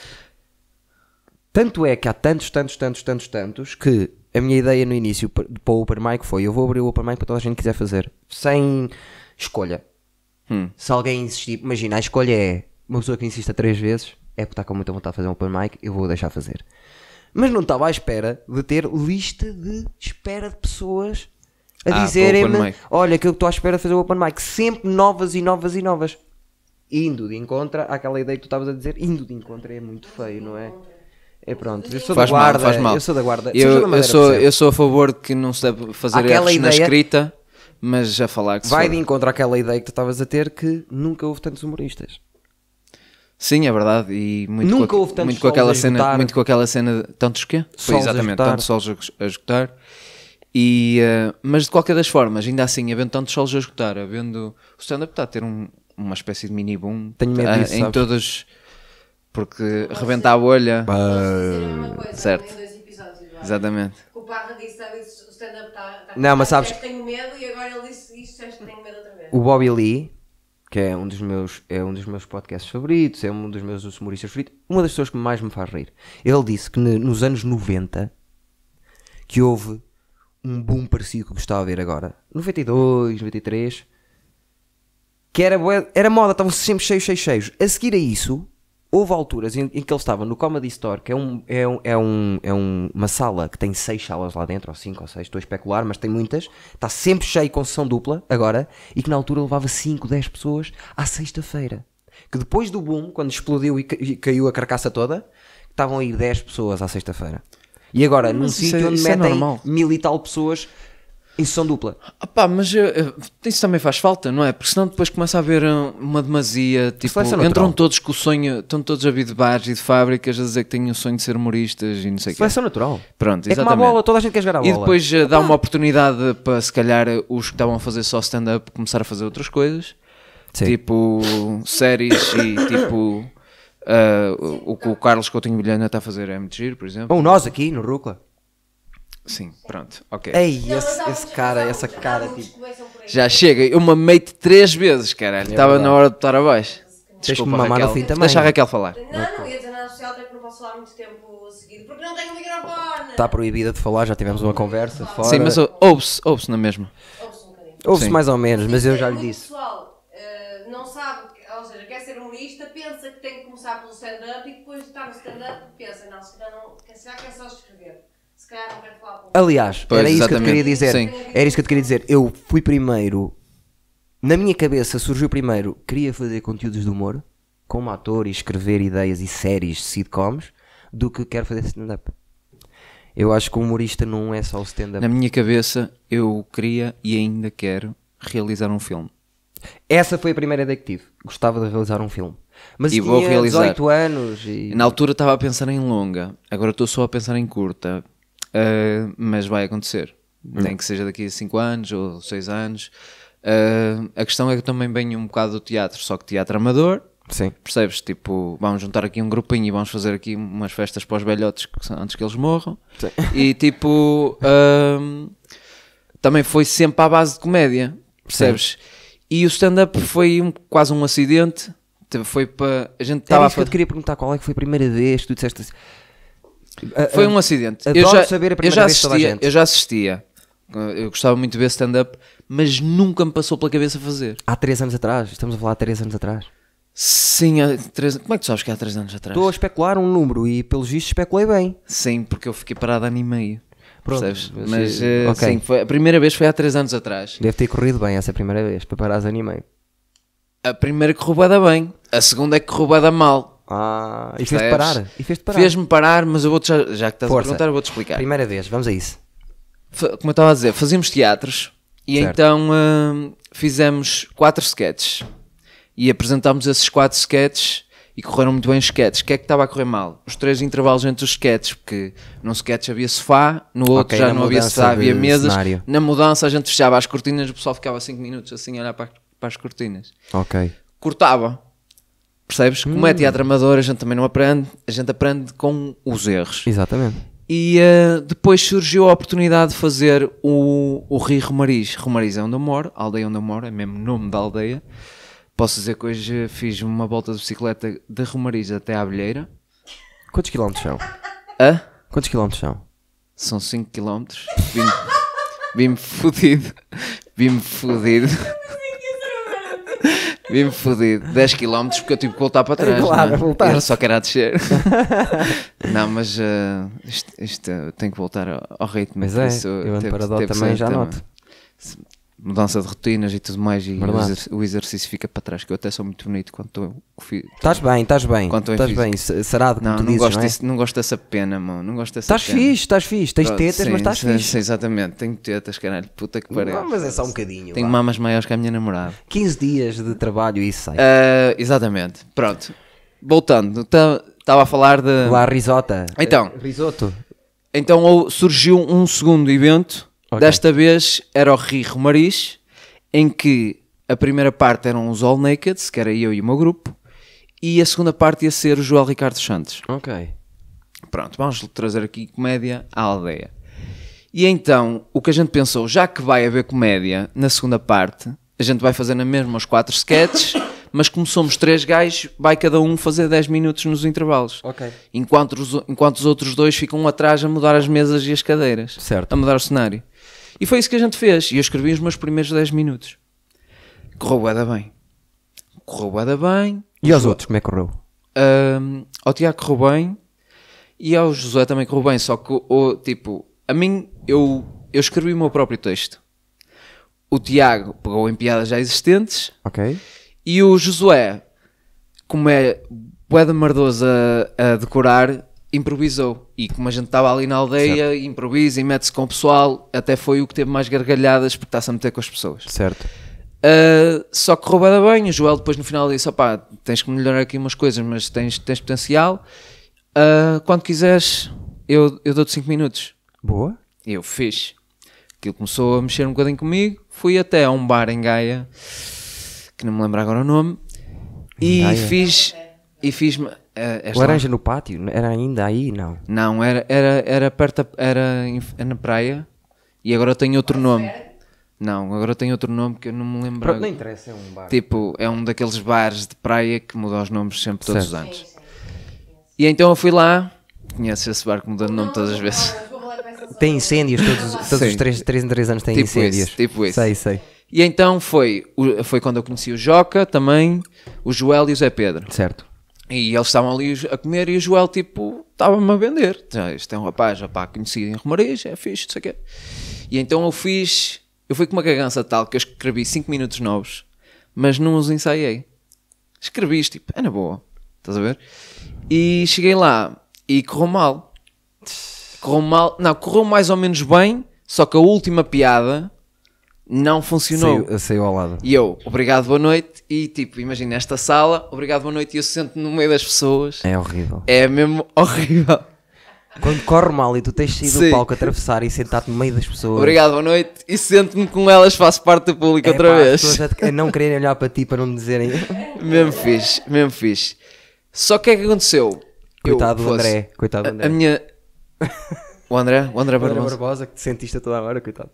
tanto é que há tantos, tantos, tantos, tantos, tantos que a minha ideia no início pa- para o Open Mic foi: eu vou abrir o Open Mic para toda a gente que quiser fazer, sem escolha. Se alguém insistir, imagina, a escolha é uma pessoa que insista três vezes, é porque está com muita vontade de fazer um Open Mic, eu vou deixar fazer. Mas não estava à espera de ter lista de espera de pessoas Ah, para a o open dizerem-me mic. olha que eu estou à espera de fazer o open mic, sempre novas e novas e novas. Indo de encontro àquela ideia que tu estavas a dizer, indo de encontro é muito feio, não é? É pronto, eu sou Faz da mal, guarda. faz mal. Eu sou da guarda. Se Eu, da eu Madeira, sou, percebe? eu sou a favor de que não se deve fazer Aquela erros na ideia- escrita, mas já falar que se Vai for- de encontro àquela ideia que tu estavas a ter que nunca houve tantos humoristas. Sim, é verdade. E muito Nunca com, a- houve tantos muito com solos aquela a cena, esgotar. Muito com aquela cena. de- Tantos quê? Foi Solos a exatamente, esgotar. tantos solos a, gus- a esgotar. E, eh, mas de qualquer das formas, ainda assim, havendo tantos solos a esgotar, havendo. O stand-up está a ter um- uma espécie de mini boom Tenho medo ah, disso, em sabes? todos. Porque rebenta a bolha. Ah, Posso dizer a mesma coisa, certo. em dois episódios. vá. Exatamente. O Parra disse, sabe, isso, o stand-up está... Tá Não, mas sabes- Disseste, Tenho medo e agora ele disse isto, disseste, tenho medo outra vez. O Bobby Lee, que é um dos meus, é um dos meus podcasts favoritos, é um dos meus humoristas favoritos, uma das pessoas que mais me faz rir. Ele disse que ne- nos anos 90 que houve um boom parecido com o que está a ver agora. 92, 93. Que era, bué- era moda, estavam sempre cheios, cheios, cheios. A seguir a isso, houve alturas em, em que ele estava no Comedy Store, que é, um, é, um, é, um- é um- uma sala que tem seis salas lá dentro, ou cinco ou seis, estou a especular, mas tem muitas. Está sempre cheio com sessão dupla, agora, e que na altura levava 5, 10 pessoas à sexta-feira. Que depois do boom, quando explodiu e, ca- e caiu a carcaça toda, estavam a ir 10 pessoas à sexta-feira. E agora, num isso é- sítio onde isso é metem normal. mil e tal pessoas em sessão dupla. Ah pá, mas eh, eh, isso também faz falta, não é? Porque senão depois começa a haver eh, uma demasia, tipo, Seleção entram natural. todos com o sonho, estão todos a vir de bares e de fábricas a dizer que têm o sonho de ser humoristas e não sei o quê. Seleção natural. Pronto, é como a exatamente. bola, toda a gente quer jogar a bola. E depois eh, dá uma oportunidade para, se calhar, eh, os que estavam a fazer só stand-up começar a fazer outras coisas, Sim. tipo séries e tipo eh, o o que o Carlos Coutinho Bilhana está a fazer é muito giro, por exemplo. Ou nós aqui no Rúcula. Sim, pronto, ok. Ei, Não, mas esse, há esse muitos- cara, há essa muitos- há cara, muitos que tipo. começam por aí. Já chega, eu mamei-te três vezes, caralho. Estava na hora de estar abaixo. É Tens que me mamar Raquel. no fim também. Deixa a Raquel falar. Não, não ia dizer nada social, até que não posso falar muito tempo seguido, porque não tenho um microfone. Está tá proibida de falar, já tivemos uma conversa fora. Sim, mas ou- ouve-se, ouve-se na mesma. Ouve-se um bocadinho. Ouve-se Sim. mais ou menos, mas eu já lhe Muito disse. é pessoal eh, não sabe, que- ou seja, quer ser humorista, pensa que tem que começar pelo stand-up e depois de estar no stand-up pensa, não, se calhar não, se calhar quer é só escrever. Se calhar não quer falar público. Aliás, Pois, era isso que eu te exatamente. queria dizer. Sim. Era isso que eu te queria dizer. Eu fui primeiro. Na minha cabeça surgiu primeiro. Queria fazer conteúdos de humor, como ator e escrever ideias e séries, sitcoms, do que quero fazer stand-up. Eu acho que o humorista não é só o stand-up. Na minha cabeça, eu queria e ainda quero realizar um filme. Essa foi a primeira ideia que tive. Gostava de realizar um filme. Mas E eu vou tinha realizar. 18 anos e. E na altura estava a pensar em longa, agora estou só a pensar em curta. Ah, mas vai acontecer. Hum. Nem que seja daqui a 5 anos ou 6 anos. Ah, a questão é que eu também venho um bocado do teatro, só que teatro amador. Sim. Percebes? Tipo, vamos juntar aqui um grupinho e vamos fazer aqui umas festas para os velhotes que são- antes que eles morram. E tipo, hum, também foi sempre à base de comédia. Percebes? E o stand-up foi um- quase um acidente. Te- Foi para. A gente Era estava a isso que eu fa- te queria perguntar. Qual é que foi a primeira vez que tu disseste assim? Ah, Foi ah, um acidente. adoro eu já, saber a eu primeira já vez de toda a assistia, gente. Eu já assistia. Eu gostava muito de ver stand-up, mas nunca me passou pela cabeça fazer. Há 3 anos atrás. Estamos a falar há 3 anos atrás. Sim, há três, como é que tu sabes que há 3 anos atrás? Estou a especular um número e, pelos vistos, especulei bem. Sim, porque eu fiquei parado ano e meio. Pronto, percebes? eu Mas sei. eh, Ok. sim, foi, a primeira vez foi há 3 anos atrás. Deve ter corrido bem essa primeira vez. Preparares anime. A primeira que roubada bem, a segunda é que roubada mal. Ah, e fez-te percebes? parar. E fez-te parar. Fez-me parar, mas eu vou já, já que estás Força. a perguntar, eu vou-te explicar. Primeira vez, vamos a isso. Fa- Como eu estava a dizer, fazíamos teatros e Certo. então hum, fizemos quatro sketches e apresentámos esses quatro sketches e correram muito bem os sketches. O que é que estava a correr mal? Os três intervalos entre os sketches, porque num sketch havia sofá, no outro Ok, já na não havia mudança sofá, havia de mesas. cenário. Na mudança a gente fechava as cortinas, o pessoal ficava 5 minutos assim a olhar para, para as cortinas. Ok. Cortava. Percebes? Como Hum. é teatro amador, a gente também não aprende, a gente aprende com os erros. Exatamente. E eh, depois surgiu a oportunidade de fazer o, o Rio Romariz. Romariz é onde eu moro, a aldeia onde eu moro, é mesmo nome da aldeia. Posso dizer que hoje fiz uma volta de bicicleta de Romariz até à Abelheira. Quantos quilómetros são? Hã? Quantos quilómetros são? São 5 km. Vim- Vim-me fudido. Vim-me fudido. Vim-me fudido. 10 km porque eu tive que voltar para trás. Claro, não é? voltaste. Eu só quero a descer. (laughs) não, mas eh, isto, isto, eh, tenho que voltar ao, ao ritmo. Mas por é, isso eu ando teve- paradão teve que também, ser já noto. mudança de rotinas e tudo mais, e o, Verdade. exer- o exercício fica para trás, que eu até sou muito bonito quando estou Estás bem, estás bem. Quanto é Estás físico? bem, se- será de que Não, tu não, dizes, gosto não é? desse- não gosto dessa pena, mano. Não gosto dessa Estás pena. fixe, estás fixe. Tens Pronto, tetas, sim, mas estás sim, fixe. sim, exatamente. Tenho tetas, caralho. Puta que pariu. Não, mas é só um bocadinho. Tenho vá. mamas maiores que a minha namorada. 15 dias de trabalho e isso sai. Ah, exatamente. Pronto. Voltando. Estava a falar de... Lá, risota. Então. Eh, Risoto. Então ou- surgiu um segundo evento, Ok. desta vez era o Rio Maris, em que a primeira parte eram os All Nakeds, que era eu e o meu grupo, e a segunda parte ia ser o João Ricardo Santos. Ok. Pronto, vamos trazer aqui comédia à aldeia. E então, o que a gente pensou, já que vai haver comédia na segunda parte, a gente vai fazer na mesma os quatro (laughs) sketches, mas como somos três gajos, vai cada um fazer 10 minutos nos intervalos. Ok. Enquanto os, enquanto os outros dois ficam atrás a mudar as mesas e as cadeiras. Certo. A mudar o cenário. E foi isso que a gente fez. E eu escrevi os meus primeiros 10 minutos. Correu bué da bem. Correu bué da bem. E aos outros, como é que correu? Ahm, ao Tiago correu bem e ao José também correu bem, só que o, tipo, a mim eu, eu escrevi o meu próprio texto. O Tiago pegou em piadas já existentes Ok. e o Josué, como é bué de mardoso a, a decorar, improvisou. E como a gente estava ali na aldeia, improvisa e mete-se com o pessoal, até foi o que teve mais gargalhadas porque está-se a meter com as pessoas. Certo. Uh, só que roubada bem, o Joel depois no final disse: opá, tens que melhorar aqui umas coisas, mas tens, tens potencial. Uh, quando quiseres, eu, eu dou-te 5 minutos. Boa. E eu fiz. Aquilo começou a mexer um bocadinho comigo. Fui até a um bar em Gaia, que não me lembro agora o nome, e Gaia? fiz. E fiz. Uh, esta- Laranja no pátio? Era ainda aí? Não. Não, era, era, era perto. da- Era, em- é na praia, e agora tem outro nome. Não, agora tem outro nome que eu não me lembro. Pronto, agora. não interessa, é um bar. Tipo, é um daqueles bares de praia que muda os nomes sempre todos Certo. os anos. E então eu fui lá, conheço esse bar que muda de nome todas as vezes. Tem incêndios, todos, os- todos Sim. os 3, três em 3 anos têm Tipo incêndios. esse, tipo esse. Sei, sei. E então foi, o- foi quando eu conheci o Joca também, o Joel e o Zé Pedro. Certo. E eles estavam ali a comer e o Joel, tipo, estava-me a vender. Já, Este é um rapaz, opá, conhecido em Romariz, é fixe, não sei o quê. E então eu fiz, eu fui com uma cagança tal que eu escrevi 5 minutos novos, mas não os ensaiei. Escrevi isto, tipo, é na boa, estás a ver? E cheguei lá e correu mal. Correu mal, não, correu mais ou menos bem, só que a última piada não funcionou. Saiu, saiu ao lado. E eu, obrigado, boa noite. E tipo, imagina esta sala, obrigado, boa noite. E eu sento no meio das pessoas. É horrível. É mesmo (laughs) horrível. Quando corre mal e tu tens de sair do Sim. palco, atravessar e sentar-te no meio das pessoas. Obrigado, boa noite. E sento-me com elas, faço parte do público É, outra pá, as vez. pessoas a- a não quererem olhar para ti para não me dizerem. (laughs) Mesmo fixe, mesmo fixe. Só que o que é que aconteceu? Eu, Coitado do fosse- André. Coitado do A, André. a minha. O André? O André André Barbosa. Barbosa, que te sentiste a toda hora, coitado.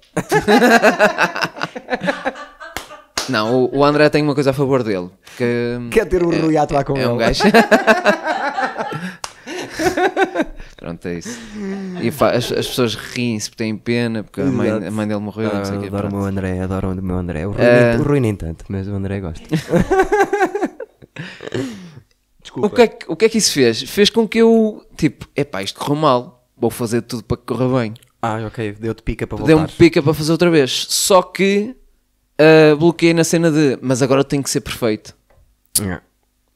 Não, o, o André tem uma coisa a favor dele. Que, Quer ter o Rui a atuar com é ele. um (laughs) gajo. Pronto, é isso. E fa- as, as pessoas riem-se porque têm pena, porque a mãe, Exato. a mãe dele morreu, não sei Ah, o quê. adoro o pronto. meu André, adoro o meu André. O Rui, Eh. nem, o Rui nem tanto, mas o André gosta. O que, é que, o que é que isso fez? Fez com que eu, tipo, epá, isto correu mal, vou fazer tudo para que corra bem. Ah, ok, deu-te pica para Deu-me voltar. pica para fazer outra vez. Só que ah, bloqueei na cena de, mas agora tem que ser perfeito.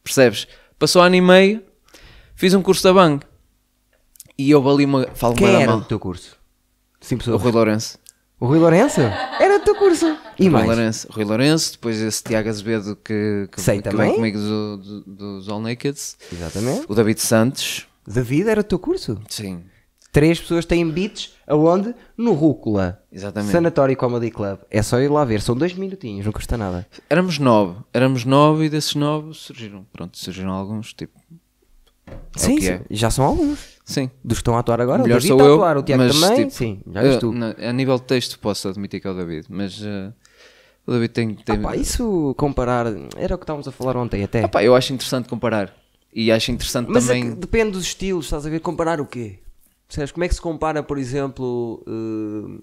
Percebes? Passou ano e meio, fiz um curso da Bang. E eu ali uma. Falo Quem uma era mal. do teu curso? Sim, O pessoas. Rui Lourenço. O Rui Lourenço? Era do teu curso. E Rui mais? Lourenço, Rui Lourenço, depois esse Tiago Azevedo que, que, Sei que também. vem comigo do- do- dos All Nakeds. Exatamente. O David Santos. David era do teu curso? Sim, Três pessoas têm beats aonde? No Rúcula. exatamente. Sanatório Comedy Club. É só ir lá ver, são dois minutinhos, não custa nada. Éramos nove, éramos nove e desses nove surgiram, pronto, surgiram alguns, tipo, sim, que sim, é. já são alguns. sim. Dos que estão a atuar agora. Melhor o David sou está a eu, atuar, o Tiago mas, também. tipo, sim, já viste eu, tu. na- a nível de texto posso admitir que é o David, mas eh, o David tem... tem Ah pá, isso comparar, era o que estávamos a falar ontem até. Ah pá, eu acho interessante comparar e acho interessante Mas é também... que depende dos estilos, estás a ver? Comparar o quê? Percebes? Como é que se compara, por exemplo, eh,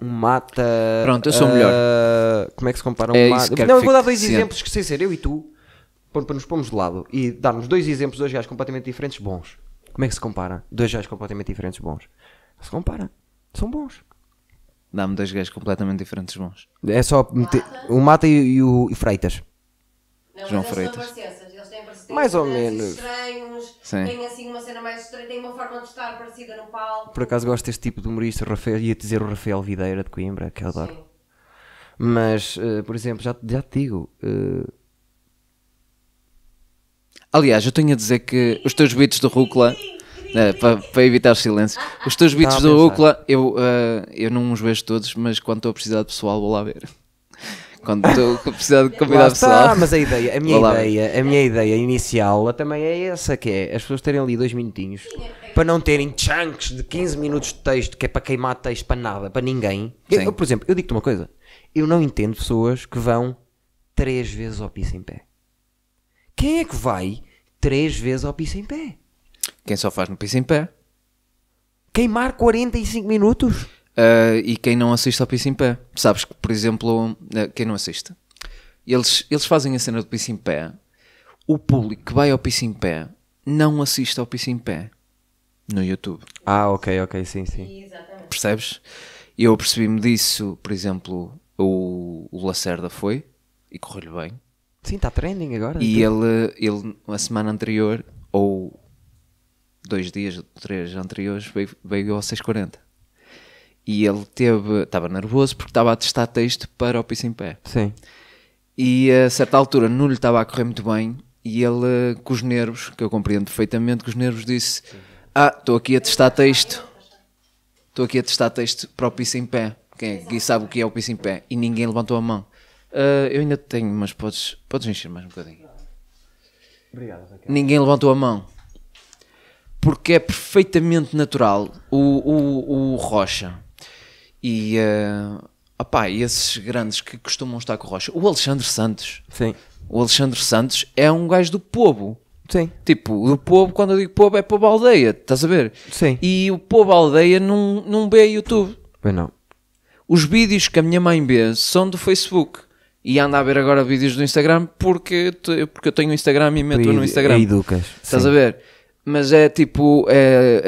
um mata. Pronto, eu sou eh, Como é que se compara um É isso mata. que quero Não, eu que vou dar fique dois ciente. exemplos que, sem ser eu e tu, para, para nos pormos de lado e darmos dois exemplos, dois gajos completamente diferentes, bons. Como é que se compara? Dois gajos completamente diferentes, bons. Se compara. São bons. Dá-me dois gajos completamente diferentes mãos. É só meter o Mata e, e o e Freitas. Não, João mas Freitas. Eles, são marcianos, eles têm parecida- Mais ou têm esses menos. Estranhos, Sim. têm assim uma cena mais estranha, têm uma forma de estar parecida no palco. Por acaso gosto deste tipo de humorista, o Rafael, ia dizer o Rafael Videira de Coimbra, que eu adoro. Sim. Mas, eh, por exemplo, já, já te digo, eh, Aliás, eu tenho a dizer que os teus beats do Rúcula, eh, pa- para evitar os silêncios, os teus beats Estava a do pensar. Rúcula, eu, eh, eu não os vejo todos, mas quando estou a precisar de pessoal, vou lá ver. Quando estou a precisar de Lá convidar pessoal. mas a ideia, a minha Vou lá ver. ideia, a minha ideia inicial também é essa, que é as pessoas terem ali dois minutinhos para não terem chunks de 15 minutos de texto, que é para queimar texto para nada, para ninguém. Eu, Sim. eu, por exemplo, eu digo-te uma coisa, eu não entendo pessoas que vão três vezes ao piso em pé. Quem é que vai três vezes ao piso em pé? Quem só faz no piso em pé. Queimar 45 minutos? Uh, e quem não assiste ao Piso em Pé. Sabes que, por exemplo, uh, quem não assiste, eles, eles fazem a cena do Piso em Pé, o público que vai ao Piso em Pé não assiste ao Piso em Pé no YouTube. Ah, ok, ok, sim, sim. Exatamente. Percebes? Eu apercebi-me disso, por exemplo, o, o Lacerda foi e correu-lhe bem. Sim, está trending agora. Então- E ele, ele, a semana anterior, ou dois dias, três anteriores, veio, veio ao 640. E ele teve, estava nervoso porque estava a testar texto para o piso em pé. Sim. E a certa altura não lhe estava a correr muito bem. E ele, com os nervos, que eu compreendo perfeitamente, com os nervos disse: Ah, estou aqui a testar texto. Estou aqui a testar texto para o piso em pé. Quem, é- quem sabe o que é o piso em pé? E ninguém levantou a mão. "Ah, eu ainda tenho, mas podes, podes encher mais um bocadinho ninguém levantou a mão. Porque é perfeitamente natural o, o, o Rocha. E, eh, opá, e esses grandes que costumam estar com o Rocha. O Alexandre Santos. Sim. O Alexandre Santos é um gajo do povo. Sim. Tipo, do povo, quando eu digo povo, é povo aldeia, estás a ver? Sim. E o povo aldeia não, não vê YouTube. Pois não. Os vídeos que a minha mãe vê são do Facebook. E anda a ver agora vídeos do Instagram porque, te- porque eu tenho o Instagram e meto no E- Instagram. e Educas. Estás Sim. a ver? Mas é tipo é,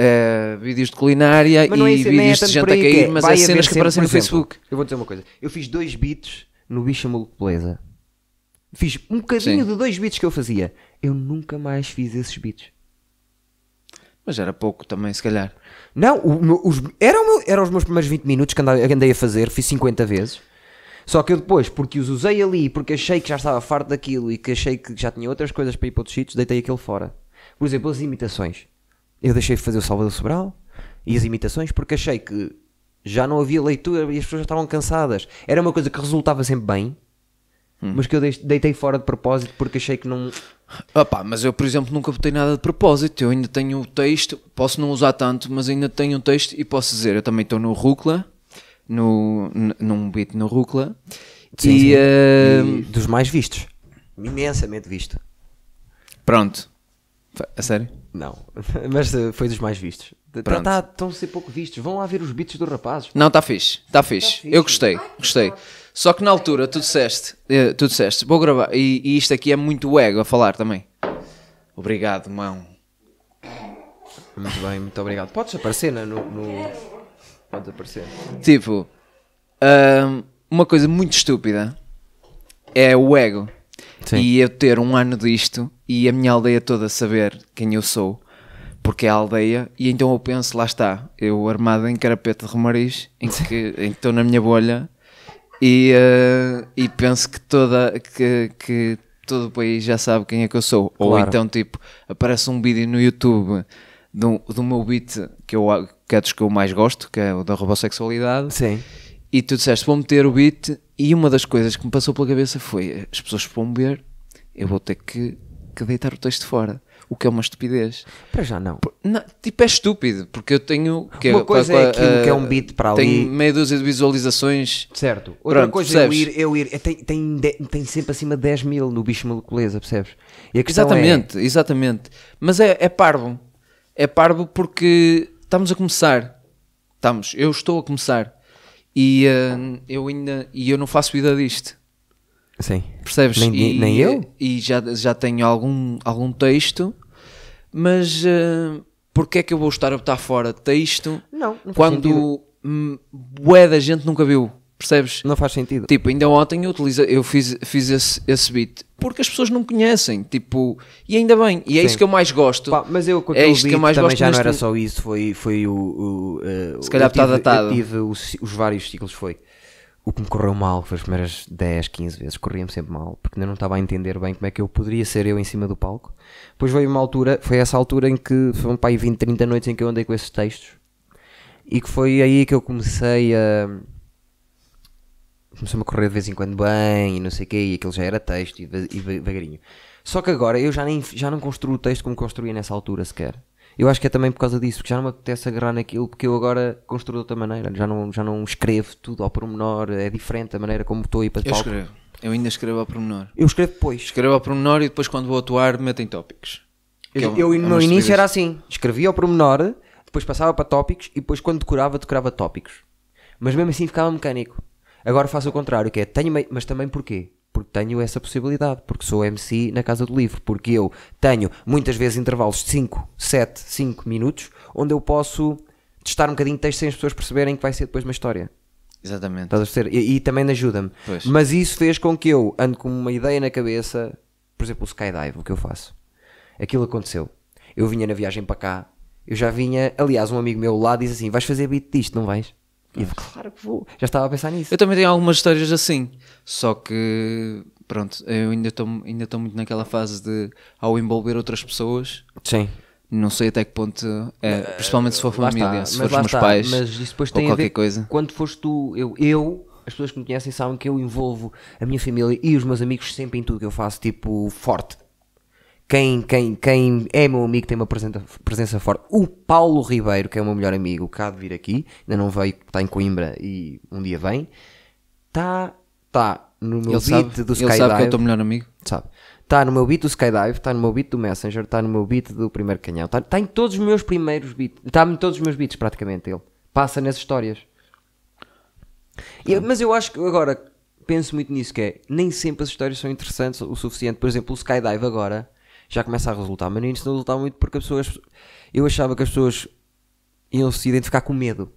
é vídeos de culinária Mas e não é isso, nem é vídeos tanto de gente por a aí que cair, é, mas vai é haver cenas que sempre, aparecem por no exemplo, Facebook. Eu vou dizer uma coisa. Eu fiz dois beats no Bicha Maluco Beleza. Fiz um bocadinho Sim. de dois beats que eu fazia. Eu nunca mais fiz esses beats. Mas era pouco também, se calhar. Não, o meu- os, era, o meu- era os meus primeiros 20 minutos que andava- que andei, a fazer, fiz 50 vezes. Só que eu depois, porque os usei ali, porque achei que já estava farto daquilo e que achei que já tinha outras coisas para ir para outros sítios, deitei aquele fora. Por exemplo, as imitações. Eu deixei de fazer o Salvador Sobral e as imitações porque achei que já não havia leitura e as pessoas já estavam cansadas. Era uma coisa que resultava sempre bem, mas que eu deix- deitei fora de propósito porque achei que não. Opa, mas eu, por exemplo, nunca botei nada de propósito. Eu ainda tenho o texto, posso não usar tanto, mas ainda tenho o texto e posso dizer. Eu também estou no Rúcula, no, n- num beat no Rúcula. e eh, E hum, dos mais vistos. Imensamente visto. pronto. Fa- A sério? Não, (laughs) mas eh, foi dos mais vistos. Pronto. Tá, estão a ser pouco vistos. Vão lá ver os beats dos rapazes. Não, está fixe, está fixe. Eu gostei, gostei. Só que na altura tu disseste, eh, tu disseste, vou gravar, e, e isto aqui é muito ego a falar também. Obrigado, mão. Muito bem, muito obrigado. Podes aparecer né, no, no. Podes aparecer. Tipo, ahm, uma coisa muito estúpida é o ego. Sim. E eu ter um ano disto e a minha aldeia toda saber quem eu sou, porque é a aldeia, e então eu penso, lá está, eu armado em carapete de romariz, em (laughs) que em que estou na minha bolha, e, ah, e penso que, toda, que, que todo o país já sabe quem é que eu sou. Ou Claro. então, tipo, aparece um vídeo no YouTube do, do meu beat, que, eu, que é dos que eu mais gosto, que é o da robossexualidade, Sim. e tu disseste, vou meter o beat. E uma das coisas que me passou pela cabeça foi: as pessoas vão ver, eu vou ter que, que deitar o texto fora. O que é uma estupidez. Para já não. Por- não, tipo, é estúpido, porque eu tenho. Que Uma coisa é qual- qual- aquilo que é ah, um beat para ali. Tem meia dúzia de visualizações. Certo. Outra Pronto, coisa é eu percebes? ir. Eu ir é, tem, tem, de- tem sempre acima de 10 mil no bicho malucoleza, percebes? E a questão é- Exatamente, exatamente. Mas é, é parvo. É parvo porque estamos a começar. Estamos, eu estou a começar. E ah, eu ainda. E eu não faço vida disto. É... Sim. Percebes? Nem, e, é- nem eu? E já, já tenho algum, algum texto, mas eh, porque é que eu vou estar a botar fora texto Não, não faz quando sentido. hum, bué da gente nunca viu, percebes? Não faz sentido. Tipo, ainda ontem eu, utiliza, eu fiz, fiz esse, esse beat porque as pessoas não conhecem, tipo, e ainda bem, e é isso que eu mais gosto. Pá, mas eu com é aquele isto que eu beat mais também gosto já não neste era momento. só isso, foi, foi o, o, eh, Se calhar eu tive- está datado. Eu tive os, os vários ciclos, foi. O que me correu mal foi as primeiras 10, 15 vezes, corria-me sempre mal, porque ainda não estava a entender bem como é que eu poderia ser eu em cima do palco. Depois veio uma altura, foi essa altura em que um foram para aí 20, 30 noites em que eu andei com esses textos e que foi aí que eu comecei a. Começou-me a correr de vez em quando bem e não sei o quê, e aquilo já era texto e va- e va- vagarinho. Só que agora eu já, nem, já não construo o texto como construía nessa altura sequer. Eu acho que é também por causa disso, porque já não me apetece agarrar naquilo, porque eu agora construo de outra maneira. Já não, já não escrevo tudo ao pormenor, é diferente a maneira como estou aí para Eu palco. escrevo, eu ainda escrevo ao pormenor. Eu escrevo depois. Escrevo ao pormenor e depois quando vou atuar metem tópicos. Que é Eu, um- eu é no umas início trilhas. era assim: escrevia ao pormenor, depois passava para tópicos e depois quando decorava, decorava tópicos. Mas mesmo assim ficava mecânico. Agora faço o contrário, que é tenho, mei- mas também porquê? Porque tenho essa possibilidade, porque sou MC na Casa do Livro, porque eu tenho muitas vezes intervalos de 5, 7, 5 minutos, onde eu posso testar um bocadinho de texto sem as pessoas perceberem que vai ser depois uma história. Exatamente. Estás a perceber? E, e também ajuda-me. Pois. Mas isso fez com que eu ando com uma ideia na cabeça, por exemplo, o skydive, o que eu faço. Aquilo aconteceu. Eu vinha na viagem para cá, eu já vinha, aliás, um amigo meu lá disse assim: vais fazer beat disto, não vais? E eu, claro que vou, já estava a pensar nisso. Eu também tenho algumas histórias assim, só que pronto, eu ainda estou ainda estou muito naquela fase de ao envolver outras pessoas, Sim. não sei até que ponto, é, principalmente se for eh, Lá família, está, se mas for os lá meus está, pais mas isso depois ou tem a qualquer ver- coisa. Quando foste tu, eu, eu, as pessoas que me conhecem sabem que eu envolvo a minha família e os meus amigos sempre em tudo que eu faço, tipo, forte. Quem, quem, quem é meu amigo tem uma presença, presença forte. O Paulo Ribeiro, que é o meu melhor amigo, que há de vir aqui, ainda não veio, está em Coimbra e um dia vem, está tá no meu Ele beat sabe, do ele sabe que é o Skydive teu melhor amigo. sabe? Está no meu beat do Skydive, está no meu beat do Messenger, está no meu beat do primeiro canhão, está em todos os meus primeiros beats, está em todos os meus beats praticamente ele. Passa nas histórias. E eu- mas eu acho que agora penso muito nisso que é, nem sempre as histórias são interessantes o suficiente. Por exemplo, o Skydive agora já começa a resultar, mas no início não resultava muito porque as pessoas eu achava que as pessoas iam se identificar com medo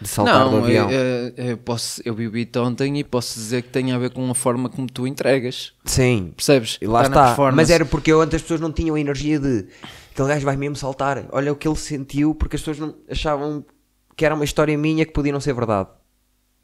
de saltar do não, é, avião. eu, eu- eu posso, eu vi o beat ontem e posso dizer que tem a ver com a forma como tu entregas, Sim, percebes? E lá Tá na está. performance. Mas é era porque eu antes as pessoas não tinham a energia de aquele gajo vai mesmo saltar. Olha o que ele sentiu, porque as pessoas não achavam que era uma história minha que podia não ser verdade.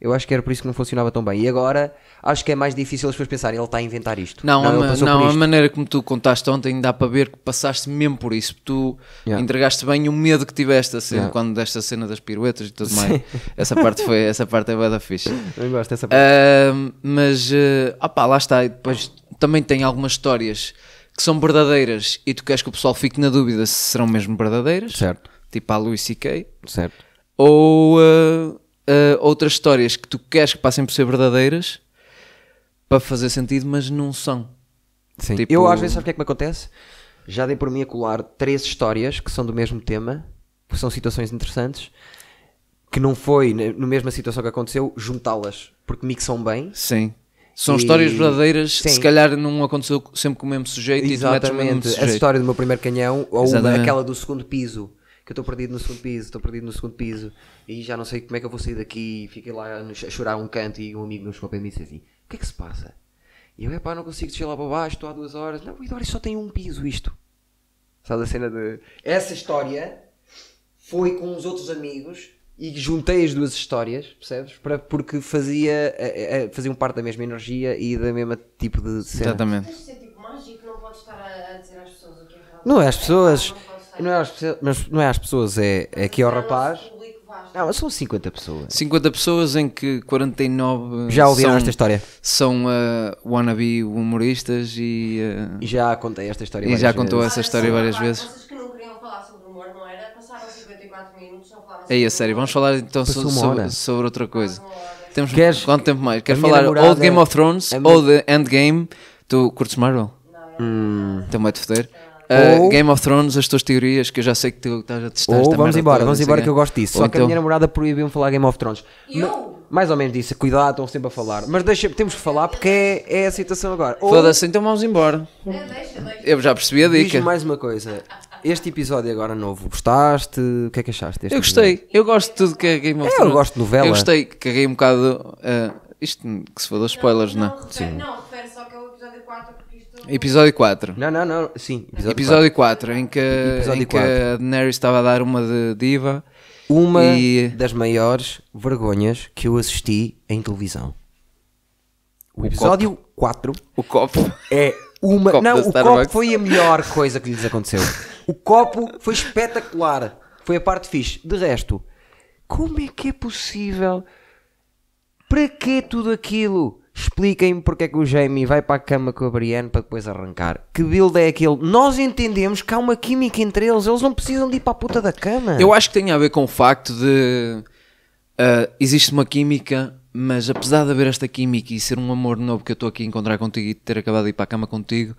Eu acho que era por isso que não funcionava tão bem. E agora acho que é mais difícil as pessoas pensarem, ele está a inventar isto. Não, ele a, ma- passou não, por a isto. maneira como tu contaste ontem dá para ver que passaste mesmo por isso. Tu Yeah. entregaste bem o medo que tiveste assim, Yeah. quando desta cena das piruetas e tudo mais. Essa parte foi, essa parte é bué da (laughs) ficha. Eu gosto É, dessa parte. Ahm, mas, ah opá, lá está. E depois também tem algumas histórias que são verdadeiras e tu queres que o pessoal fique na dúvida se serão mesmo verdadeiras. Certo. Tipo a Louis C.K Certo. ou uh, uh, outras histórias que tu queres que passem por ser verdadeiras para fazer sentido, mas não são. Sim. Tipo- Eu às vezes, sabe o que é que me acontece? Já dei por mim a colar três histórias que são do mesmo tema, que são situações interessantes, que não foi na na mesma situação que aconteceu, juntá-las, porque mixam bem. Sim. São E- histórias verdadeiras, Sim. se calhar não aconteceu sempre com o mesmo sujeito e tu metes o mesmo Exatamente. A sujeito. história do meu primeiro canhão, ou uma, Exatamente. aquela do segundo piso, que eu estou perdido no segundo piso, estou perdido no segundo piso, e já não sei como é que eu vou sair daqui, fiquei lá no- a chorar um canto e um amigo meu chegou para mim e disse assim, o que é que se passa? E eu, epá, não consigo descer lá para baixo, estou há duas horas. Não, Eduardo, só tem um piso isto. Sabe a cena de... Essa história foi com os outros amigos e juntei as duas histórias, percebes? Para, porque fazia, eh, eh, faziam parte da mesma energia e da mesma tipo de cena. Exatamente. Tens de ser tipo mágico, não podes estar a, a dizer às pessoas o que é errado. Não é às pessoas. Não podes estar. Não é às, pessoas- mas não é às pessoas, é, é aqui ao Não, rapaz. nosso público vasto. Não, mas são 50 pessoas. 50 pessoas em que 49 Já ouviram eh, são, esta história? São uh, wannabe humoristas e. uh, E já contei esta história. E várias já contou vezes. essa história Olha, várias só, rapaz, vezes. Vocês que não queriam falar sobre humor, não era? Passaram 54 minutos, não falaram sobre Ei, a sério, vamos falar então so- Passou uma sobre, hora. sobre outra coisa. Temos Queres- quanto tempo mais? Queres minha falar namorada- ou de Game of Thrones a ou de Endgame? Tu curtes Marvel? Então vai-te foder. Ah, Hum. Ou- Game of Thrones, as tuas teorias, que eu já sei que tu estás a testar. Ou esta vamos merda embora, toda, vamos não sei embora quê. que eu gosto disso. Ou Só que a então- minha namorada proibiu-me falar Game of Thrones. Eu? Ma- Mais ou menos disse, cuidado, estão sempre a falar. Mas deixa, temos que falar porque é, é a situação agora. Ou Foda-se, então vamos embora. É, deixa, deixa. Eu já percebi a diz-me dica. mais uma coisa. Este episódio agora novo, gostaste? O que é que achaste? deste Eu episódio? gostei, eu gosto de tudo que é Game of É, eu Thrones. gosto de novela. Eu gostei, caguei um bocado. ah, isto que se falou spoilers, não? Não, refere, não, refere só que é o episódio 4, porque isto. Episódio 4. Não, não, não. Sim, episódio, Episódio 4, em que, Episódio em que quatro. a Daenerys estava a dar uma de diva. quatro. Uma E- das maiores vergonhas que eu assisti em televisão. O, O episódio 4 O copo. é uma. Copo não, da o copo Starbucks. foi a melhor coisa que lhes aconteceu. o copo foi espetacular. Foi a parte fixe. De resto, como é que é possível? Para que tudo aquilo? Expliquem-me porque é que o Jamie vai para a cama com a Brienne para depois arrancar. Que build é aquele? Nós entendemos que há uma química entre eles. Eles não precisam de ir para a puta da cama. Eu acho que tem a ver com o facto de. ah, existe uma química, mas apesar de haver esta química e ser um amor novo que eu estou aqui a encontrar contigo e ter acabado de ir para a cama contigo,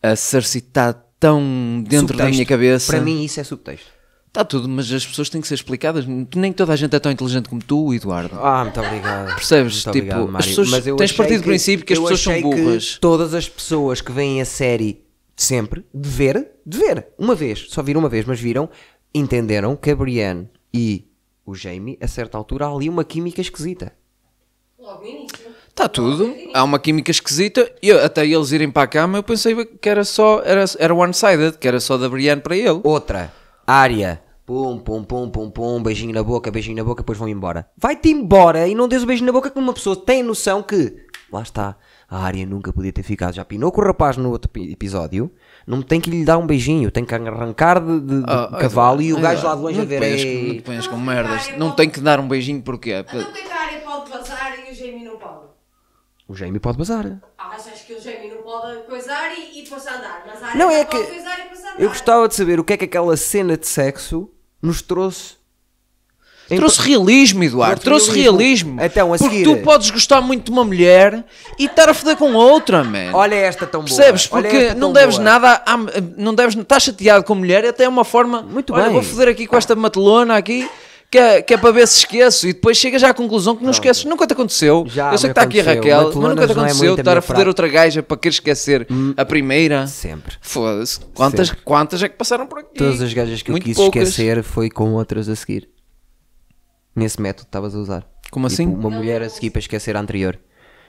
a Cersei está tão dentro da Subtexto. minha cabeça. Para mim isso é subtexto. Está tudo, mas as pessoas têm que ser explicadas. Nem toda a gente é tão inteligente como tu, Eduardo. Ah, muito obrigado. Percebes? Muito Tipo, obrigado, as Mário. pessoas- eu tens achei partido do princípio que as eu pessoas são achei que burras. todas as pessoas que veem a série sempre, de ver, de ver, uma vez, só viram uma vez, mas viram, entenderam que a Brienne e o Jamie, a certa altura, há ali uma química esquisita. Logo no início. Está Tá tudo. Há uma química esquisita. E eu- até eles irem para a cama, eu pensei que era só. Era, era one-sided, que era só da Brienne para ele. Outra, área. Pum, pum, pum, pum, pum, beijinho na boca, beijinho na boca, depois vão embora. Vai-te embora e não dês o beijinho na boca que uma pessoa tem noção que. Lá está, a área nunca podia ter ficado. Já pinou com o rapaz no outro pi- episódio. Não tem que lhe dar um beijinho, tem que arrancar de, de- de Ah, cavalo e o Eduardo, gajo lá de longe não a ver. é te ponhas- "Ei". Não te ponhas com merdas. Não tem que dar um beijinho porquê? Então o que é que a área pode vazar e o Jamie não pode? O Jamie pode bazar. Ah, achas que o Jamie não pode coisar e, e pôr-se a andar? Mas a área Não é pode que- coisar e pôr-se a andar. Eu gostava de saber o que é que aquela cena de sexo nos trouxe. Em- Trouxe realismo, Eduardo. Trouxe Trouxe realismo. realismo. Então, a Porque seguir- tu podes gostar muito de uma mulher e estar a foder com outra, man. Olha esta tão boa. Percebes? olha Porque esta tão não deves boa. nada, à- não deves, estás chateado com a mulher e até é uma forma. Muito olha, bem. vou foder aqui com esta matelona aqui. Que é, que é para ver se esqueço e depois chegas já à conclusão que não esqueces, nunca te aconteceu. Já eu sei me que está aqui a aconteceu. Raquel, mas nunca Matelonas te não aconteceu é muito a estar minha a foder praia. Hum. outra gaja para querer esquecer a primeira. Sempre. Foda-se, quantas, Sempre. quantas é que passaram por aqui? Todas as gajas que Muito eu quis poucas. esquecer foi com outras a seguir. Nesse método que estavas a usar. Como Tipo, assim? Uma mulher a seguir para esquecer a anterior.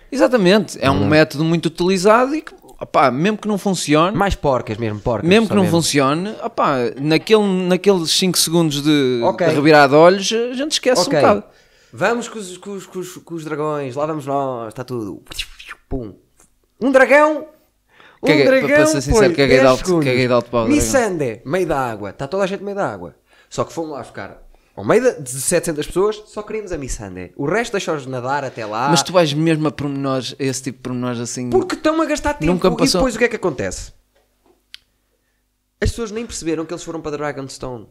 Exatamente, é um Uhum. método muito utilizado e que, opá, mesmo que não funcione, Mais porcas mesmo, porcas. mesmo que só não funcione, opá, naquele, naqueles 5 segundos de, Ok. de revirar de olhos, a gente esquece Ok. um bocado. Vamos com os, com, os, com, os, com os dragões, lá vamos nós, está tudo. Pum. Um dragão! Um Caguei- dragão! para ser sincero, pois, caguei de 10 alto- segundos. caguei de alto para o dragão. Missandei, meio da água, está toda a gente meio da água. Só que fomos lá ficar. Ao meio de- de 700 pessoas, só queríamos a Missandei. O resto deixou-os nadar até lá. Mas tu vais mesmo a pormenores, a esse tipo de pormenores assim. Porque estão a gastar tempo Nunca me e passou- depois o que é que acontece? As pessoas nem perceberam que eles foram para Dragonstone.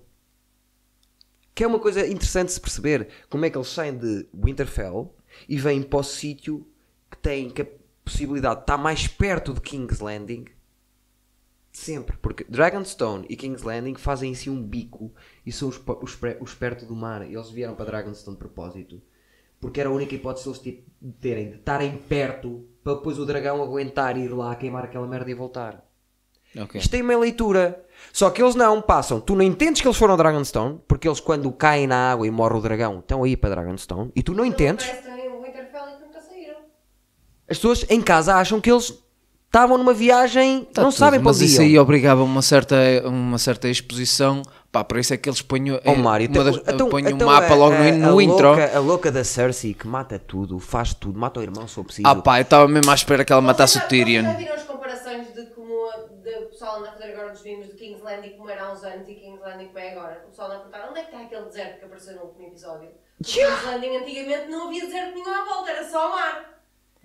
Que é uma coisa interessante de se perceber como é que eles saem de Winterfell e vêm para o sítio que tem que a possibilidade de estar mais perto de King's Landing. Sempre, porque Dragonstone e King's Landing fazem em si um bico e são os, pa- os, pre- os perto do mar. Eles vieram para Dragonstone de propósito porque era a única hipótese deles ti- terem de estarem perto para depois o dragão aguentar ir lá queimar aquela merda e voltar. Ok. Isto tem uma leitura. Só que eles não passam. Tu não entendes que eles foram a Dragonstone, porque eles quando caem na água e morre o dragão estão aí para Dragonstone e tu não entendes. Então, Parece também o Winterfell e que nunca saíram. As pessoas em casa acham que eles estavam numa viagem, Tá não tudo, sabem para Mas onde isso iam. aí obrigava uma certa, uma certa exposição. Pá, por isso é que eles ponham, Ó eh, Mário, uma então- das- então- ponham então um mapa a- logo a- no, no a intro. Louca, a louca da Cersei que mata tudo, faz tudo, mata o irmão se for preciso. Ah pá, eu estava mesmo à espera que ela matasse o Vocês já- vocês Tyrion. Já viram as comparações de como a- de o pessoal anda a fazer agora dos vinhos de King's Landing como era há uns anos e King's Landing como é agora? O pessoal anda a perguntar onde é que está aquele deserto que apareceu no último episódio? Porque King's Landing antigamente não havia deserto nenhum à volta, era só mar.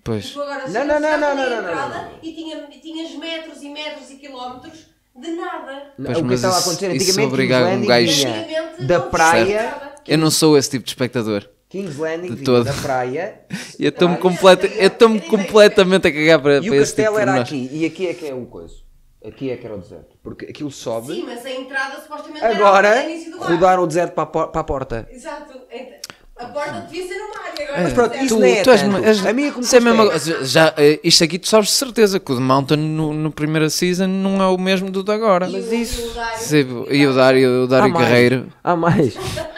E Pois. tu Não, agora chegas não, não, à não, tua não, não, entrada não, não. E tinha, tinhas metros e metros e quilómetros de nada. Não, Pois, o que mas estava a isso- acontecer isso antigamente obrigava King's um Landing gajo- vinha Antigamente da não praia, precisava. Eu não sou esse tipo de espectador. King's Landing De vinha todo. da (laughs) praia Eu Ah, estou-me completa, eu estou-me completamente a cagar para, e para o esse tipo de castelo era pormenores. aqui e aqui é que é o coisa. Aqui é que era o deserto, porque aquilo Sim, sobe. mas a entrada supostamente Agora era no início do mar. rodaram o deserto para a por- para a porta. Exato. Ent- A porta devia ser no mar. e que agora Mas pronto, fizeram. isso Tu, nem é tu és, tanto. és- A minha como isso é a mesma custa coisa. já, eh, Isto aqui tu sabes de certeza que o de Mountain no, no primeira season não é o mesmo do de agora. E o- mas e o isso- Dário- Sim, e o Dário, o Há Dário mais. Carreiro. Há mais.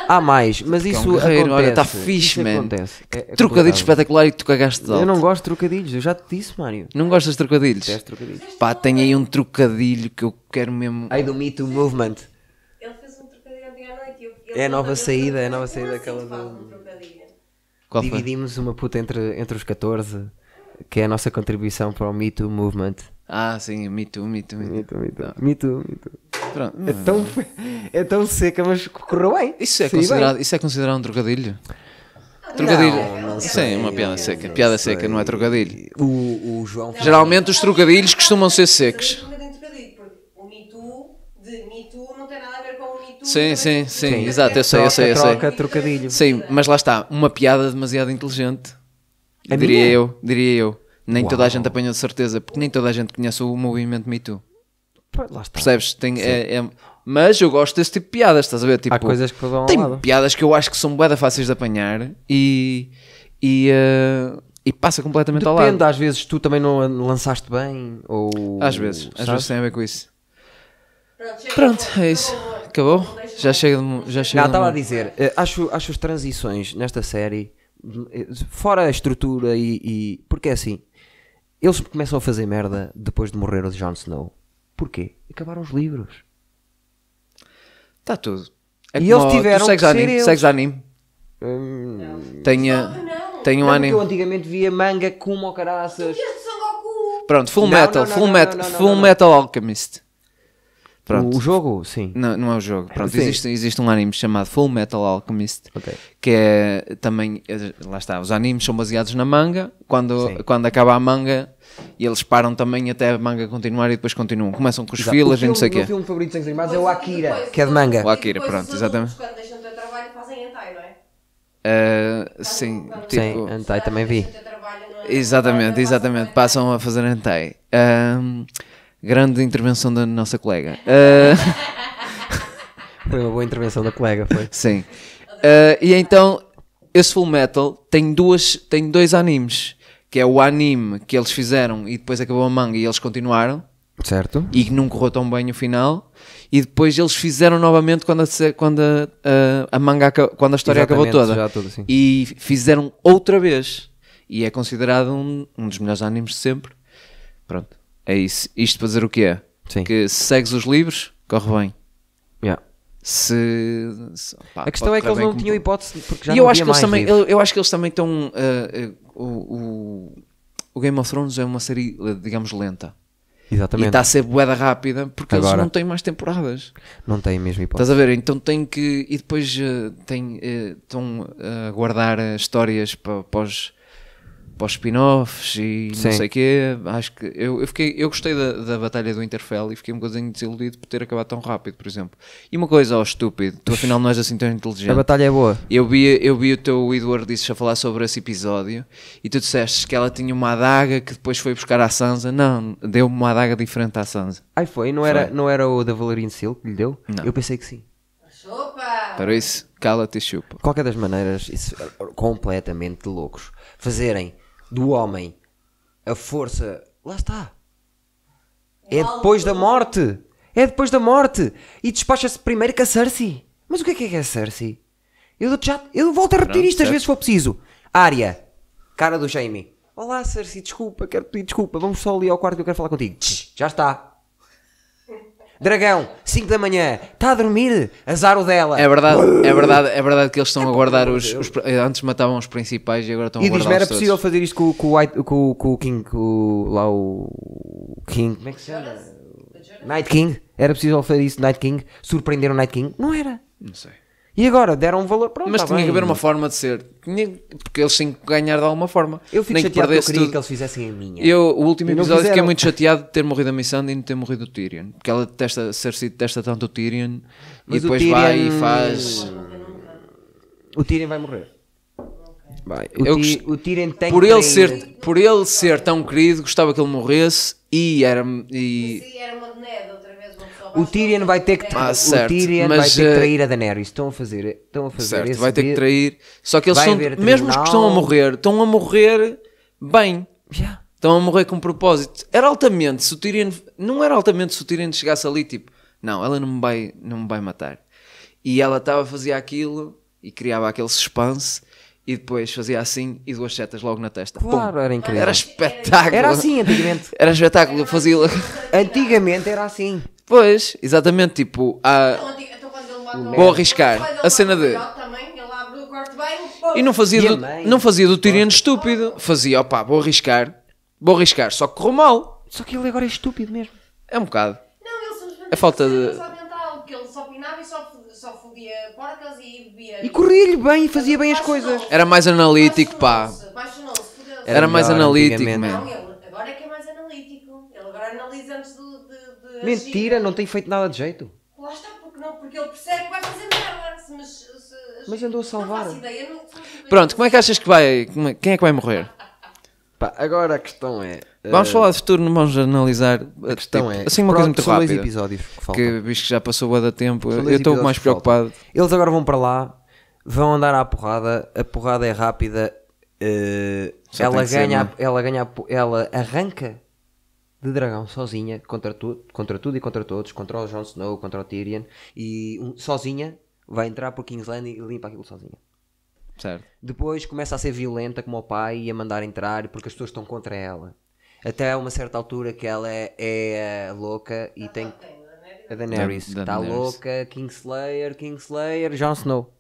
Há mais. Mas que é um isso guerreiro, acontece. olha, tá fixe, Isso man. acontece. É- é Trocadilho complicado. espetacular e que tu cagaste de alto. Eu não Não... gosto de trocadilhos. Eu já te disse, Mário. gostas de trocadilhos? Detesto trocadilhos. Pá, tem aí um trocadilho que eu quero mesmo. Ai do Me Too Movement. Ele fez um trocadilho ontem à noite. e eu- É a ele- nova ele- saída, é a nova Eu saída assim aquela que faz do- um trocadilho. Qual foi? Dividimos uma puta entre, entre os 14, que é a nossa contribuição para o Me Too Movement. Ah, sim, me too, me too, me too. Me Too, Me Too, Me Too. Pronto. É tão, é tão seca, mas correu bem. Ah. Isso é, Sim, considerado, bem. isso é considerado um trocadilho? Trocadilho. não Sim, sei, uma piada seca. Piada seca não é trocadilho. O, o João Geralmente os trocadilhos costumam ser secos. Sabia que nunca tem trocadilho, porque o Me Too de Me Too não tem nada a ver com o Me Too. é Sim, também sim, com- sim, exato, eu sei, eu troca, sei, eu sei. troca, trocadilho. Sim, mas lá está, uma piada demasiado inteligente. A diria minha? eu, diria eu. Nem toda a Uau. gente apanha de certeza, porque nem toda a gente conhece o movimento Me Too. Pá, Lá está. Percebes? Tem, é, é- Mas eu gosto desse tipo de piadas, estás a ver? Tipo, Há coisas que vão ao Tem lado. piadas que eu acho que são bué da fáceis de apanhar e. e, eh, e passa completamente ao lado. Depende, às vezes tu também não a lançaste bem, ou... Tá Às vezes, às vezes sabes? tem a ver com isso. Pronto, chega, Pronto, acabou, é isso. amor. Acabou? Não deixa Já mais. chega de. Já chega Não, de- estava a dizer, eh, acho, acho as transições nesta série, eh, fora a estrutura e, e- Porque é assim, eles começam a fazer merda depois de morrer o Jon Snow. Porquê? Acabaram os livros. Está tudo. É E como eles tu tiveram segues que anime, ser eles. segues anime. Tem, eh, tem não. um Não, porque anime. Hum, eu antigamente via manga como ao caraças. Este Son Goku. Pronto, Full Não, Metal, não, não, Full, não, metal, não, não, não, full não. metal Alchemist. Pronto. O jogo, sim. Não, não é o jogo. Pronto, Sim. existe, existe um anime chamado Full Metal Alchemist Ok. que é também. Lá está, os animes são baseados na manga. Sim. Quando, quando acaba a manga, eles param também até a manga continuar e depois continuam. Começam com os Exato. filas O e não sei o filme- quê. O filme favorito de desenhos animados é Depois- o Akira, depois- que é de manga. O Akira, depois os pronto, adultos, exatamente. Quando deixam o teu trabalho fazem hentai, não é? Ah, sim, Quando- tipo. quando Sim, é. os hentai também vi. deixam o teu trabalho, não é? Exatamente, Passam exatamente. para- Passam a fazer hentai. Ahm, grande intervenção da nossa colega. Ah, Foi uma boa intervenção da colega, foi. sim. Ah, e então, esse Full Metal tem, duas, tem dois animes. Que é o anime que eles fizeram e depois acabou a manga e eles continuaram. Certo? E que não correu tão bem o final. E depois eles fizeram novamente quando a, se- quando a, a- a manga aca- quando a história acabou Exatamente, toda. já tudo, sim. E fizeram outra vez. E é considerado um, um dos melhores animes de sempre. Pronto. É isso. Isto para dizer o que é? Sim. Que se segues os livros, corre bem. Yeah. Se. se- pá, A questão pode é correr que eles bem não como- tinham hipótese, porque já e não eu acho, havia que eles mais também, livros. eu, eu acho que eles também estão. ah, ah, o, o- o Game of Thrones é uma série, digamos, lenta. E tá- Exatamente. está a ser boeda rápida porque eles Agora. não têm mais temporadas. Não tem mesmo hipótese. Estás a ver? Então tem que. E depois eh, tem, eh, estão a guardar eh, histórias para, para os, para os spin-offs e Sim. não sei o quê. Acho que. Eu, eu, fiquei, eu gostei da, da Batalha do Interfell e fiquei um bocadinho desiludido por ter acabado tão rápido, por exemplo. E uma coisa, ó estúpido, tu afinal não és assim tão inteligente. A batalha é boa. Eu vi, eu vi o teu Edward disse a falar sobre esse episódio e tu disseste que ela tinha uma adaga que depois foi buscar à Sansa. Não, deu-me uma adaga diferente à Sansa. Ai foi, não era, não era o da Valerian Seal que lhe deu? Não. Eu pensei que sim. Chupa! Para isso, cala-te e chupa. De qualquer das maneiras, isso é completamente de loucos. Fazerem do homem a força. Lá está. É depois da morte. É depois da morte. E despacha-se primeiro com a Cersei. Mas o que é que é que é a Cersei? Eu, dou-te já, eu volto a repetir Pronto, isto às certo. vezes se for preciso. Área. Cara do Jamie. Olá, Cersei, desculpa, quero pedir desculpa. Vamos só ali ao quarto que eu quero falar contigo. Tch, já está. Dragão, 5 da manhã. Está a dormir? Azar o dela. É verdade, é verdade, é verdade que eles estão a guardar os, os pri- Antes matavam os principais e agora estão a E guardar diz-me, era os todos. possível fazer isto com, com, o White- com- com o King, com o- lá o King, como é que se chama? Night King, era possível fazer isso, Night King, surpreender o Night King? Não era. Não sei. E agora, deram um valor, pronto, Mas tá tinha bem. que haver uma forma de ser. Tinha- Porque eles têm que ganhar de alguma forma. Eu fico Nem que chateado, que eu perdesse queria tudo. que eles fizessem a minha. Eu, o último E não episódio, fiquei fizeram. muito chateado de ter morrido a Missandei e não ter morrido o Tyrion. Porque ela detesta, Cersei detesta tanto o Tyrion Mas e o depois Tyrion- vai e faz. O Tyrion vai morrer. Vai. O, Eu Ty- gost- o Tyrion tem Por que ele, trair- ser, por ele ser tão querido, gostava que ele morresse e era. E, Se era uma de neve, outra vez uma pessoa O Tyrion vai ter que, tra- Ah, o certo, Tyrion vai mas, ter que eh, trair a Daenerys. Estão a fazer, estão a fazer Certo, esse vai ter que dedo. trair. Só que eles Vai são, haver mesmo os que estão a tribunal. morrer, estão a morrer bem. Yeah. Estão a morrer com propósito. Era altamente se o Tyrion. Não era altamente se o Tyrion chegasse ali tipo, não, ela não me vai, não me vai matar. E ela estava a fazer aquilo e criava aquele suspense e depois fazia assim e duas setas logo na testa. Pum. Claro, era incrível. Era espetáculo. Era assim antigamente. (laughs) Era espetáculo. Fazia. Antigamente era assim. Pois, exatamente. Tipo, Então, a... Vou arriscar. A cena de- e não fazia, E a do, mãe? não fazia do Tyrion estúpido. Fazia, opá, vou arriscar. Vou arriscar. Só que correu mal. Só que ele agora é estúpido mesmo. É um bocado. É A falta de- mental, que ele só opinava e só, fu- só fodia porcas e bebia. E corria-lhe bem e fazia bem as coisas. Era mais analítico, pá. Apaixonou-se, apaixonou-se, fudeu-se. Era mais melhor analítico, antigamente. man. Não, ele agora é que é mais analítico. Ele agora analisa antes de. de, de Mentira, agir. não tem feito nada de jeito. Lá está, porque não? Porque ele percebe que vai fazer merda. Se, mas, se, Mas andou a salvar. Não faço ideia, não faço ideia. Pronto, como é que achas que vai. como é- Quem é que vai morrer? Pá, agora a questão é. Vamos falar de futuro, não vamos analisar. A questão é, Assim, uma coisa pronto, muito são dois rápida. episódios que faltam. que visto que já passou bué da tempo, São eu dois estou episódios mais que faltam. preocupado. Eles agora vão para lá, vão andar à porrada, a porrada é rápida, eh, Só tem ela, que ser, ganha, a- não é? ela ganha, a po- ela arranca de dragão sozinha contra, tu, contra tudo e contra todos, contra o Jon Snow, contra o Tyrion e um- sozinha vai entrar por King's Landing e limpa aquilo sozinha. Certo. Depois começa a ser violenta como o pai e a mandar entrar porque as pessoas estão contra ela. Até a uma certa altura que ela é, é, eh, louca e tem que Tem, não é? a Daenerys. Da- Está Daenerys. louca. Kingslayer, Kingslayer, Jon Snow.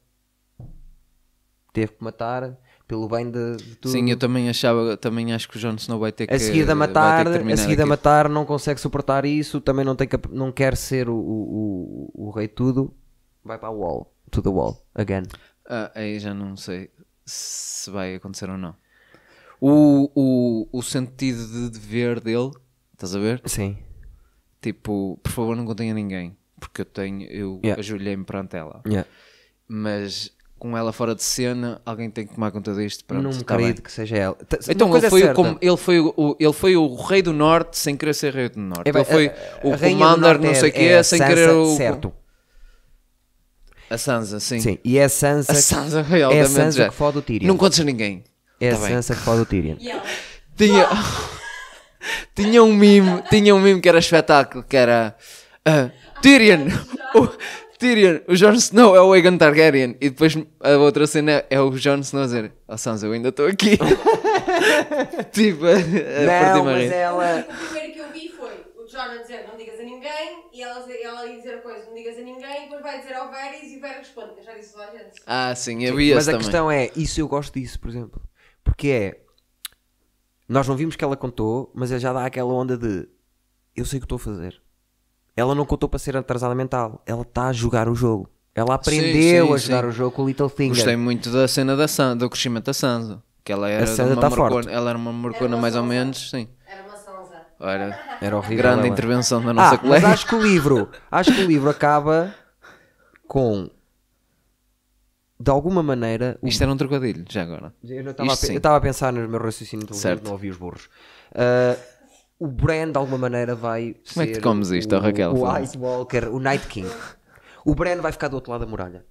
Teve que matar pelo bem de, de tudo. Sim, eu também achava, também acho que o Jon Snow vai ter que. a seguir da vai ter que matar, a terminar seguir da aquilo. matar não consegue suportar isso, também não, tem cap- não quer ser o, o, o, o rei tudo, vai para a wall, to the wall, again. Ah, aí já não sei se vai acontecer ou não. O, o, o sentido de dever dele, estás a ver? Sim. Tipo, por favor, não contem a ninguém, porque eu tenho, eu Yeah. ajoelhei-me perante ela. Yeah. Mas com ela fora de cena, alguém tem que tomar conta disto. Pronto, não me tá bem. acredito que seja ela. T- Então uma ele coisa foi, é o certa. com- ele, foi o, o- ele foi o rei do norte sem querer ser rei do norte. É bem, ele foi a- a o Rainha do commander Norte não é- sei o que é a sem Sansa, querer o... Certo. A Sansa, sim. Sim, e é a Sansa, A Sansa é a realmente Sansa já. que fode o Tyrion. Não contes a ninguém. É a Tá bem. Sansa que fode (laughs) o Tyrion. E ela, Tinha... (laughs) tinha um mime, tinha um mime que era espetáculo, que era... ah, Tyrion! o... Tyrion, o Jon Snow é o Aegon Targaryen e depois a outra cena é o Jon Snow a dizer Oh Sansa, eu ainda estou (laughs) aqui. tipo, perdi Não, mas é- ela... o primeiro que eu vi foi o John a dizer não digas a ninguém e ela, ela ia dizer a coisa não digas a ninguém e depois vai dizer ao Varys e o Varys responde. Eu já disse lá, gente. Ah, sim, havia Mas esse a também. questão é, isso eu gosto disso, por exemplo. Porque é. Nós não vimos que ela contou, mas ela já dá aquela onda de eu sei o que estou a fazer. Ela não contou para ser atrasada mental. Ela está a jogar o jogo. Ela aprendeu sim, a jogar sim. o jogo com o Littlefinger. Gostei muito da cena da Sansa, do crescimento da Sansa. Que ela era A Sansa uma tá morcona, forte. ela era uma morcona Era uma mais ou Sansa. menos, sim. Era uma Sansa. Ora, Era horrível. grande ela. intervenção da Ah, nossa mas colega. acho que o livro, acho que o livro acaba com de alguma maneira o Isto era um trocadilho, já agora. Eu não estava a Isto pe- sim. eu estava a pensar no meu raciocínio inteligente, Certo. não ouvi os burros. Ah, o Bran, de alguma maneira, vai ser Como é que tu comes isto, o, ó, Raquel? o Fala. White Walker, o Night King. O Bran vai ficar do outro lado da muralha.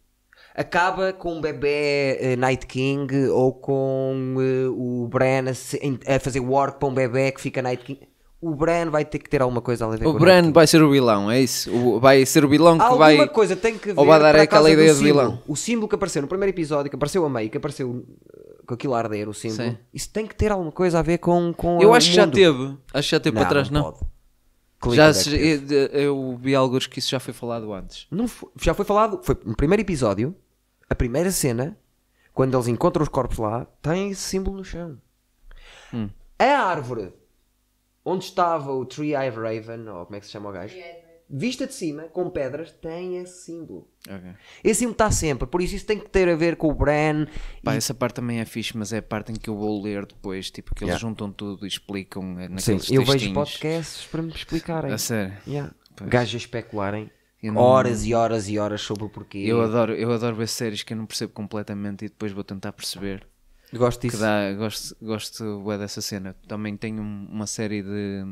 Acaba com o bebê eh, Night King ou com eh, o Bran a, se- em- a fazer work para um bebê que fica Night King. O Bran vai ter que ter alguma coisa a ver com O Night Bran King. vai ser o vilão, é isso? O- vai ser o vilão que Alguma vai. coisa tem que ver Ou vai dar por aquela causa do ideia de símbolo. vilão. O símbolo que apareceu no primeiro episódio, que apareceu a meio, que apareceu uh, com aquilo a arder, o símbolo. Sim. Isso tem que ter alguma coisa a ver com, com Eu o acho que já é mundo. teve. Acho que já teve para trás, não. pode. é Clica Já deve se- ter. eu, eu vi alguns que isso já foi falado antes. Não fo- já foi falado, foi no primeiro episódio, a primeira cena, quando eles encontram os corpos lá, tem esse símbolo no chão. Hum. A árvore onde estava o Tree Eye Raven, ou como é que se chama o gajo, vista de cima, com pedras, tem esse símbolo. Ok. Esse filme assim está sempre, por isso isso tem que ter a ver com o Bran. Pá, essa parte também é fixe, mas é a parte em que eu vou ler depois, tipo, que eles Yeah. juntam tudo e explicam eh, Sim, naqueles eu vejo textinhos. podcasts para me explicarem. A sério. Yeah. Pois. Gajos a especularem Eu não- horas e horas e horas sobre o porquê. Eu adoro, eu adoro ver séries que eu não percebo completamente e depois vou tentar perceber. gosto Que disso. dá, gosto gosto bué dessa cena. Também tenho um- uma série de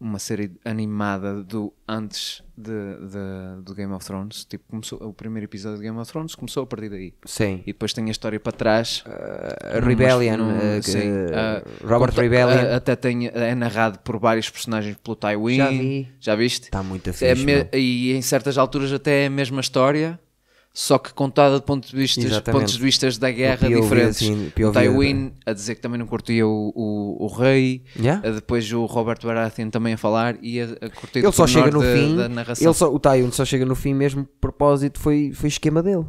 uma série animada do antes de, de- do Game of Thrones. Tipo, começou, o primeiro episódio do Game of Thrones começou a partir daí. Sim. E depois tem a história para trás. Uh, Rebellion, Num- uh, que- sim, ah, Robert conta- Rebellion. ah, até tem, é narrado por vários personagens pelo Tywin. Já vi. Já viste? Está muito É fixe, me- meu. E em certas alturas até é a mesma história, só que contada de ponto de vistas, Exatamente. pontos de vistas da guerra POV, diferentes. assim, O POV, Tywin a dizer que também não curtia o, o, o rei, eh. Yeah. a depois o Robert Baratheon também a falar e a, a curtir ele o só chega no pormenor da, fim. da narração. ele só, o Tywin só chega no fim mesmo por propósito foi, foi esquema dele.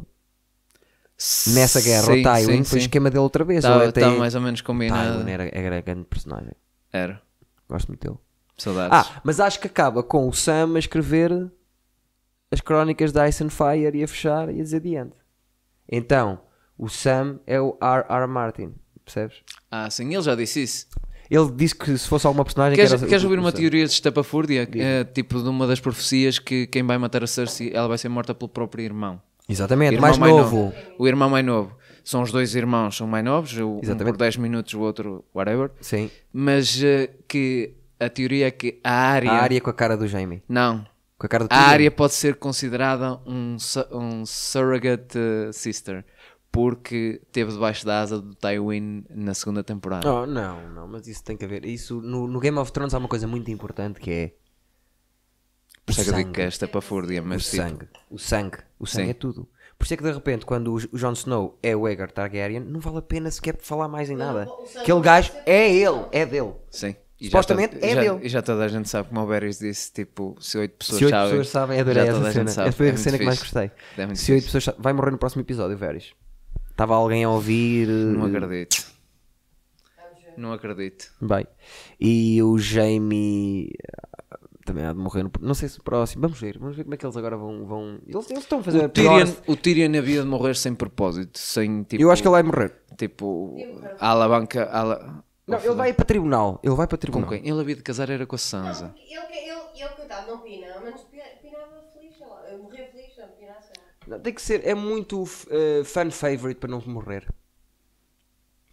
Nessa guerra, Sim, o Tywin sim, foi sim. esquema dele outra vez. Tá- Ele até- tá mais ou menos Tywin é. combinado. era, era grande personagem. Era. Gosto muito dele. Saudades. Ah, mas acho que acaba com o Sam a escrever as crónicas da Ice and Fire e a fechar e a dizer diante. Então, o Sam é o R.R. Martin, percebes? Ah, sim, ele já disse isso. Ele disse que se fosse alguma personagem que Queres, era o- queres o- ouvir o uma Sam. teoria de estapafúrdia? Eh, tipo de uma das profecias que quem vai matar a Cersei ela vai ser morta pelo próprio irmão. Exatamente, Irmão É mais novo. O irmão mais novo. São os dois irmãos, são mais novos, o- um por 10 minutos, o outro, whatever. Sim. Mas eh, que a teoria é que a área. A área com a cara do Jamie. Não. Com a cara do A Tyrion. área pode ser considerada um, su- um surrogate eh, sister. Porque teve debaixo da asa do Tywin na segunda temporada. Oh, não, não, mas isso tem que haver. Isso, no, no Game of Thrones há uma coisa muito importante que é por isso é que eu digo sangue. que é estapafúrdia, mas o tipo, sangue. O sangue. O sangue Sim. é tudo. Por isso é que de repente, quando o J- o Jon Snow é o Aegar Targaryen, não vale a pena sequer falar mais em nada. o sangue Aquele não gajo pode ser é ele, é dele. Sim. E já Supostamente toda- é já- dele. E já toda a gente sabe, como o Beres disse, tipo, se oito pessoas Se oito sabem. pessoas sabem, já adorei toda essa a cena. gente sabe. Essa foi a É muito cena que mais fixe. gostei. É muito Se oito fixe. pessoas sa- Vai morrer no próximo episódio, Veres. Estava alguém a ouvir. Não eh, acredito. Não acredito. Bem. E o Jamie ah, também há de morrer. No... Não sei se o próximo. Vamos ver. Vamos ver como é que eles agora vão. vão... Eles, eles estão a fazer O a pior. Tyrion, o Tyrion havia de morrer sem propósito, sem tipo. Eu acho que ele vai morrer. Tipo, a alavanca. a ala- Não, ele vai para tribunal. Ele vai para Com tribunal. quem? Ele havia de casar era com a Sansa. Ele, ele, ele, coitado, não pina, mas pi- pinava feliz, sei lá. Morria feliz, não pinasse. sei lá. Não, tem que ser. É muito eh, fan favorite para não morrer.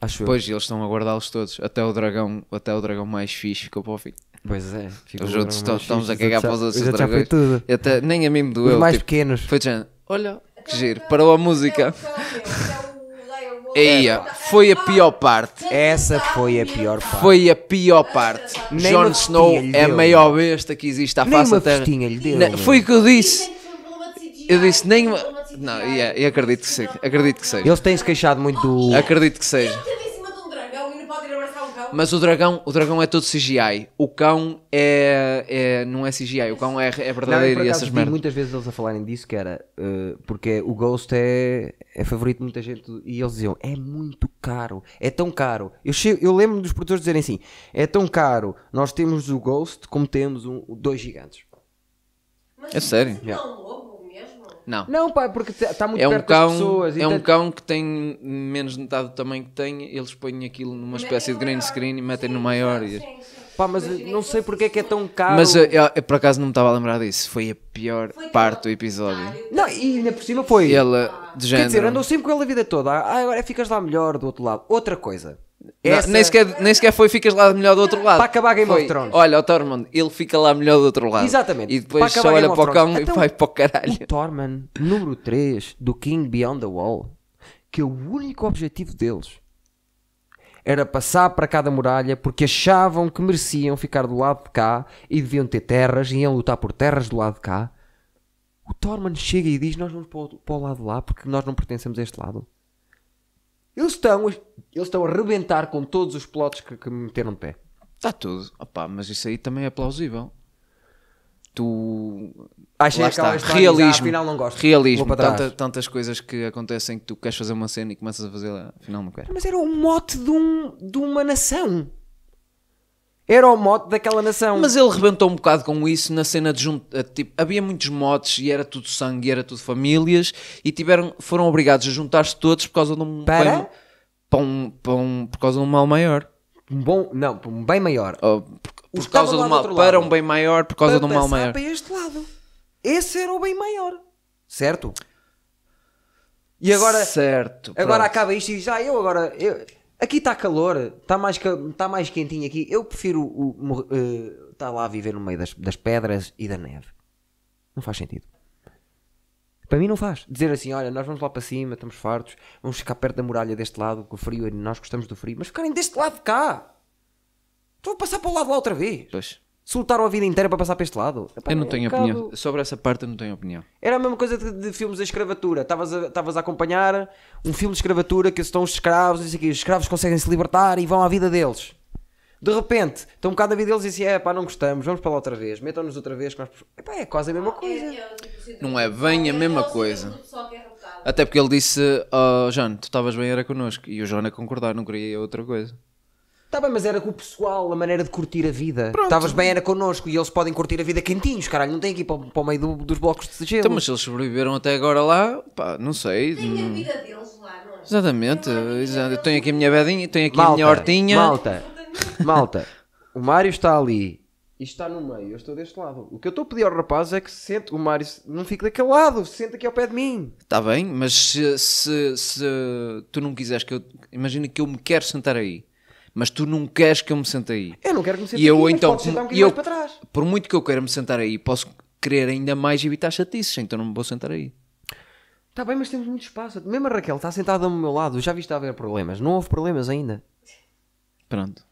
Acho Pois, e eles estão a guardá-los todos. Até o dragão, até o dragão mais fixe ficou para o fim. eu. Pois é. fica Os agora outros mais estão- fixe, estamos a os cagar outros já- para os outros os outros já foi dragões. tudo. Até, nem a mim me doeu. Os mais tipo, pequenos. Foi de género, olha, que giro, parou a música. Até É o- É, até o- Eia, foi a pior parte. Essa foi a pior parte. Foi a pior parte. Nem Jon uma Snow festinha lhe é a deu. maior besta que existe à Nem face uma da terra. festinha lhe deu. Na- Foi o que eu disse. Dizem que foi um problema de CGI, Eu disse nem foi um uma. problema de CGI. Não, yeah, eu acredito que seja. um Acredito que seja. Eles têm-se queixado muito do. Acredito que seja. Ele esteve em cima de um dragão e não pode ir abraçar um cão. Mas o dragão, o dragão é todo CGI. O cão é, é- não é CGI. O cão é, é Não, eu verdadeiro por e acaso essas vi merdas. muitas vezes eles a falarem disso que era eh, porque o Ghost é, é favorito de muita gente e eles diziam é muito caro, é tão caro. Eu, chego- eu lembro dos produtores dizerem assim: é tão caro, nós temos o Ghost como temos um, dois gigantes. Mas É sério? isso é um lobo mesmo? Não. Não, pá, porque está muito É um, perto das cão, pessoas. então, e é um tanto- cão que tem menos de metade do tamanho que tem, eles põem aquilo numa espécie de green screen e metem no maior. e- é Sim, sim. Pá, mas eu não sei porque é que é tão caro. Mas eh, eu, eu- eu por acaso não me estava a lembrar disso. Foi a pior Foi parte tão- do episódio. Não, e ainda por cima foi. Ah. Ele, de Quer dizer, género. andou sempre com ele a vida toda. Ah, agora ficas lá melhor do outro lado. Outra coisa. Não, Essa- nem, sequer, nem sequer foi ficas lá melhor do outro lado. Para acabar Game Foi, of Thrones. Olha, o Tormund, ele fica lá melhor do outro lado. Exatamente. E depois acabar só olha para Game of o Thrones. cão e Então, vai para o caralho. O Tormund, número 3 do King Beyond the Wall, que é o único objetivo deles era passar para cada muralha porque achavam que mereciam ficar do lado de cá e deviam ter terras e iam lutar por terras do lado de cá. O Tormund chega e diz: Nós vamos para o, para o lado de lá porque nós não pertencemos a este lado. Eles estão, eles estão a rebentar com todos os plotos que, que me meteram de pé. Está tudo. Opa, mas isso aí também é plausível. Tu. Achei Lá está. aquela história, diz, "Ah, Realismo. afinal não gosto. Vou Realismo. para trás." Tanta- tantas coisas que acontecem que tu queres fazer uma cena e começas a fazê-la. Afinal, não quero. Ah, Mas era o mote de, um, de uma nação. Era o mote daquela nação. Mas ele rebentou um bocado com isso na cena de junto. eh, Tipo, havia muitos motes e era tudo sangue e era tudo famílias e tiveram, foram obrigados a juntar-se todos por causa de um. Para? para um- para um- por causa de um mal maior. Um bom, não, um bem maior. Oh, por, Os por causa estavam lá do do mal, outro para lado. um bem maior, por causa do Para mal passar maior. para este lado. Esse era o bem maior. Certo? E agora, certo, agora pronto. acaba isto e diz, ah, eu agora... eu- aqui está calor, está mais, ca- está mais quentinho aqui. Eu prefiro o, mor- eh, está lá a viver no meio das, das pedras e da neve. Não faz sentido. Para mim não faz. Dizer assim, olha, nós vamos lá para cima, estamos fartos, vamos ficar perto da muralha deste lado, que o frio, é- nós gostamos do frio, mas ficarem deste lado de cá. Estou a passar para o lado de lá outra vez. Pois. Se lutaram a vida inteira para passar para este lado. Epá, Eu não é tenho um bocado- opinião. Sobre essa parte eu não tenho opinião. Era a mesma coisa de, de filmes da escravatura. Estavas a, estavas a acompanhar um filme de escravatura que estão os escravos, e isso aqui. os escravos conseguem se libertar e vão à vida deles. De repente, estão um bocado na vida deles e dizem: é pá, não gostamos, vamos para lá outra vez, metam-nos outra vez. Que nós... Epá, é quase a mesma coisa. É, é o tipo de síndrome Não é do bem a pessoal, é mesma o síndrome coisa. do pessoal que é raptado. Até porque ele disse, oh, João, tu estavas bem, era connosco. E o João a concordar, não queria outra coisa. Tá bem, mas era com o pessoal, a maneira de curtir a vida. Estavas bem, era connosco e eles podem curtir a vida quentinhos, caralho. Não tem aqui para, o- para o meio do- dos blocos de gelo. Então, mas se eles sobreviveram até agora lá, pá, não sei. Tem a hum, vida deles lá, não é? Exatamente, Tem lá a vida exato. Eu deles. tenho aqui a minha bedinha, tenho aqui a minha hortinha. Malta, malta, o Mário está ali e está no meio, eu estou deste lado. O que eu estou a pedir ao rapaz é que se sente, o Mário se- não fique daquele lado, se sente aqui ao pé de mim. Está Tá bem, mas se, se- se tu não quiseres que eu. Imagina que eu me quero sentar aí, mas tu não queres que eu me sente aí. Eu não quero que me sente E eu aqui, mas então. pode sentar um e bocadinho eu, mais para trás. Por muito que eu queira me sentar aí, posso querer ainda mais evitar chatices, então não me vou sentar aí. Está Tá bem, mas temos muito espaço. Mesmo a Raquel está sentada ao meu lado, já viste a haver problemas. Não houve problemas ainda. (laughs) Pronto.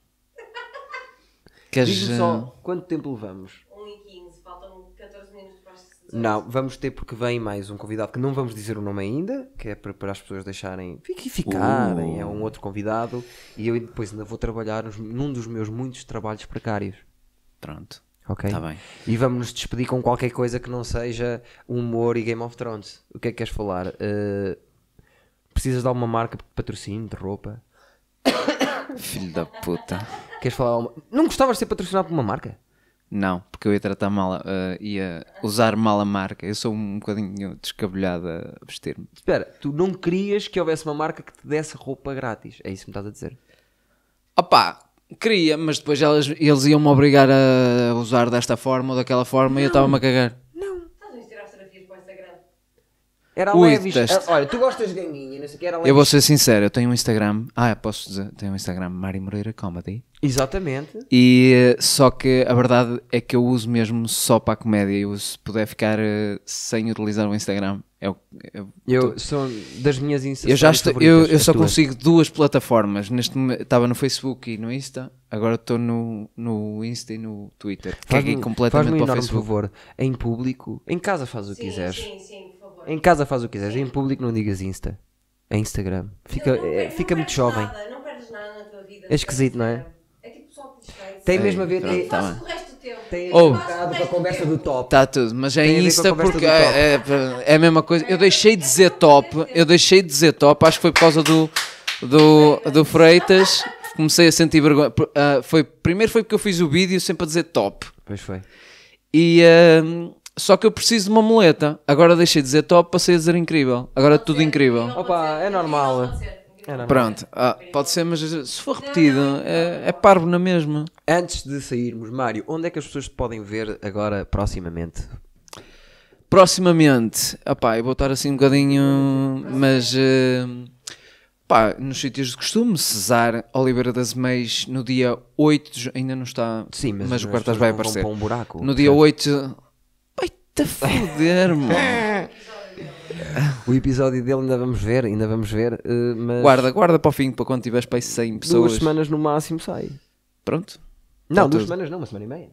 Queres. Diz-me uh, só, quanto tempo levamos? 1 e 15, faltam 14 minutos para as Não, vamos ter porque vem mais um convidado que não vamos dizer o nome ainda, que é para, para as pessoas deixarem fiquem ficarem, é Uh. um outro convidado e eu depois ainda vou trabalhar nos- num dos meus muitos trabalhos precários. Pronto. Ok? Tá bem. E vamos nos despedir com qualquer coisa que não seja humor e Game of Thrones. O que é que queres falar? Eh, precisas de alguma marca de patrocínio, de roupa? Filho da puta. Queres falar alguma... Não gostavas de ser patrocinado por uma marca? Não, porque eu ia tratar mal, a- uh, ia usar mal a marca. Eu sou um bocadinho descabelhado a vestir-me. Espera, tu não querias que houvesse uma marca que te desse roupa grátis? É isso que me estás a dizer? Opá, queria, mas depois elas, eles iam-me obrigar a usar desta forma ou daquela forma e eu estava-me a cagar. Estás a tirar fotografias para o Instagram. Era Ui, leves. detesto. Ah, Olha, tu gostas de ganguinha, não sei o que era leves. Eu vou ser sincero, eu tenho um Instagram. Ah, eu posso dizer, tenho um Instagram, Mário Moreira Comedy. Exatamente. E eh, só que a verdade é que eu uso mesmo só para a comédia. Eu, se puder ficar eh, sem utilizar o Instagram, é o- é o- Eu sou das minhas inserções eu já estou- eu, favoritas, É eu as só tuas. consigo duas plataformas. Neste momento estava no Facebook e no Insta, agora estou no, no Insta e no Twitter. Faz-me- Caguei completamente faz-me um para o enorme Facebook. favor. Em público, em casa faz o que Sim, quiseres. sim, sim, por favor. Em casa faz o que quiseres. Em público não digas Insta. É Instagram. Fica, Não- não é, per- fica não muito perdes jovem. nada, não perdes nada na tua vida. É esquisito, não é? É tipo só que distrai. Tem Ei, mesmo a ver. pronto, Tem, tá Faz bem. o resto do tempo. tem Oh. um bocado com a conversa do top. Está tudo, mas é Tem a ver com a Insta conversa porque do top. é, é- é a mesma coisa. Eu deixei de dizer top, eu deixei de dizer top, acho que foi por causa do, do, do Freitas. Comecei a sentir vergonha. Por- ah, foi, primeiro foi porque eu fiz o vídeo sempre a dizer top. Pois foi. E, ah, só que eu preciso de uma muleta. Agora deixei de dizer top, passei a dizer incrível. Agora é tudo incrível. Opa, é normal. É normal. Pronto, ah, pode ser, mas se for repetido, é, é parvo na mesma. Antes de sairmos, Mário, onde é que as pessoas te podem ver agora, proximamente? Proximamente, opá, eu vou estar assim um bocadinho, mas eh, pá, nos sítios de costume, Cesar, Oliveira das Meis, no dia 8 de ju- ainda não está, Sim, mas o as cartaz pessoas vai não vão aparecer. para um buraco, no dia certo? 8, vai-te a tá foder, (laughs) mano. O episódio dele ainda vamos ver, ainda vamos ver. eh, mas Guarda, guarda para o fim, para quando tiveres para aí 100 duas pessoas. semanas no máximo sai. Pronto, Tá Não, duas tudo. semanas não, uma semana e meia.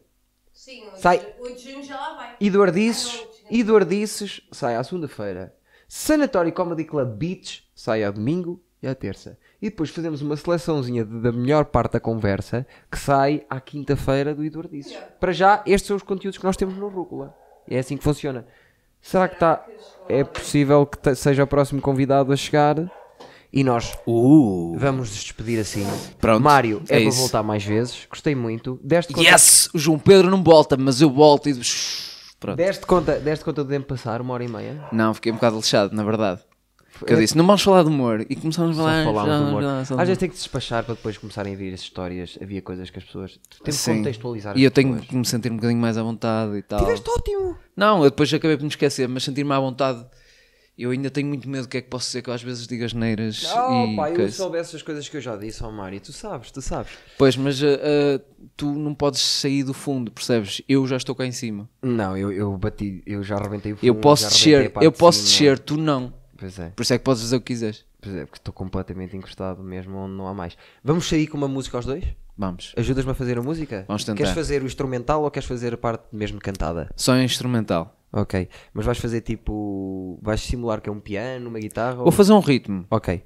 Sim, Sai. hoje- hoje de junho já lá vai. Eduardices, Ah, não, Eduardices sai à segunda-feira. Sanatório Comedy Club Beach sai ao domingo e à terça. E depois fazemos uma seleçãozinha de- da melhor parte da conversa que sai à quinta-feira do Eduardices. Para já, estes são os conteúdos que nós temos no Rúcula. É assim que funciona. Será que está. É possível que te- seja o próximo convidado a chegar? E nós vamos nos despedir assim. Uh. Pronto, Mário, é, é para isso. voltar mais vezes. Gostei muito. Deste conta- yes, o João Pedro não volta, mas eu volto e pronto. Deste conta, deste conta do tempo passar, uma hora e meia? Não, fiquei um bocado lixado, na verdade. Porque eu disse, não vamos falar de humor. E começamos a Só falar. falámos um do humor. já- já- só de Às humor. vezes tem que se despachar para depois começarem a vir as histórias. Havia coisas que as pessoas. Tu tens que Sim. contextualizar. as E eu tenho pessoas. que me sentir um bocadinho mais à vontade e tal. Tiveste ótimo! Não, eu depois acabei por me esquecer, mas sentir-me à vontade Eu ainda tenho muito medo do que é que posso dizer, que eu às vezes digo as neiras Oh, e pá, eu coisa. soubesse as coisas que eu já disse ao Mário, tu sabes, tu sabes. Pois, mas ah, ah, tu não podes sair do fundo, percebes? Eu já estou cá em cima. Não, eu, eu bati, eu já arrebentei o fundo, Eu posso já arrebentei a descer, parte eu de posso cima. descer, tu não. Pois é, Por isso é que podes fazer o que quiseres. pois é, porque estou completamente encostado mesmo onde não há mais. Vamos sair com uma música aos dois? Vamos. Ajudas-me a fazer a música? Vamos tentar. Queres fazer o instrumental ou queres fazer a parte mesmo cantada? Só em instrumental. Ok, mas vais fazer tipo. vais simular que é um piano, uma guitarra? Vou fazer um ritmo. Ok.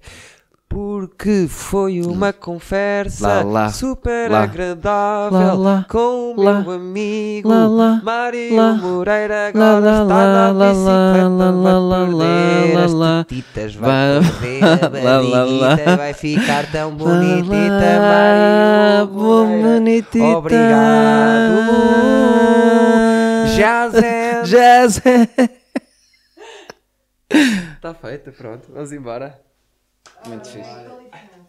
Porque foi uma conversa Lá, lá, super lá, agradável lá, lá, com o lá, meu amigo lá, lá, Mário lá, Moreira. Agora lá, está lá, na lá, bicicleta, lá, lá, lá, vai perder lá, as lá, tetitas, vai- vai perder (laughs) lá, a lá, lá. barriguita, vai ficar tão bonitita, lá, Mário Moreira. bonitita. (laughs) Obrigado. Jazé. Jazz! Está Tá feito, pronto, vamos embora. Muito difícil. Qualificado.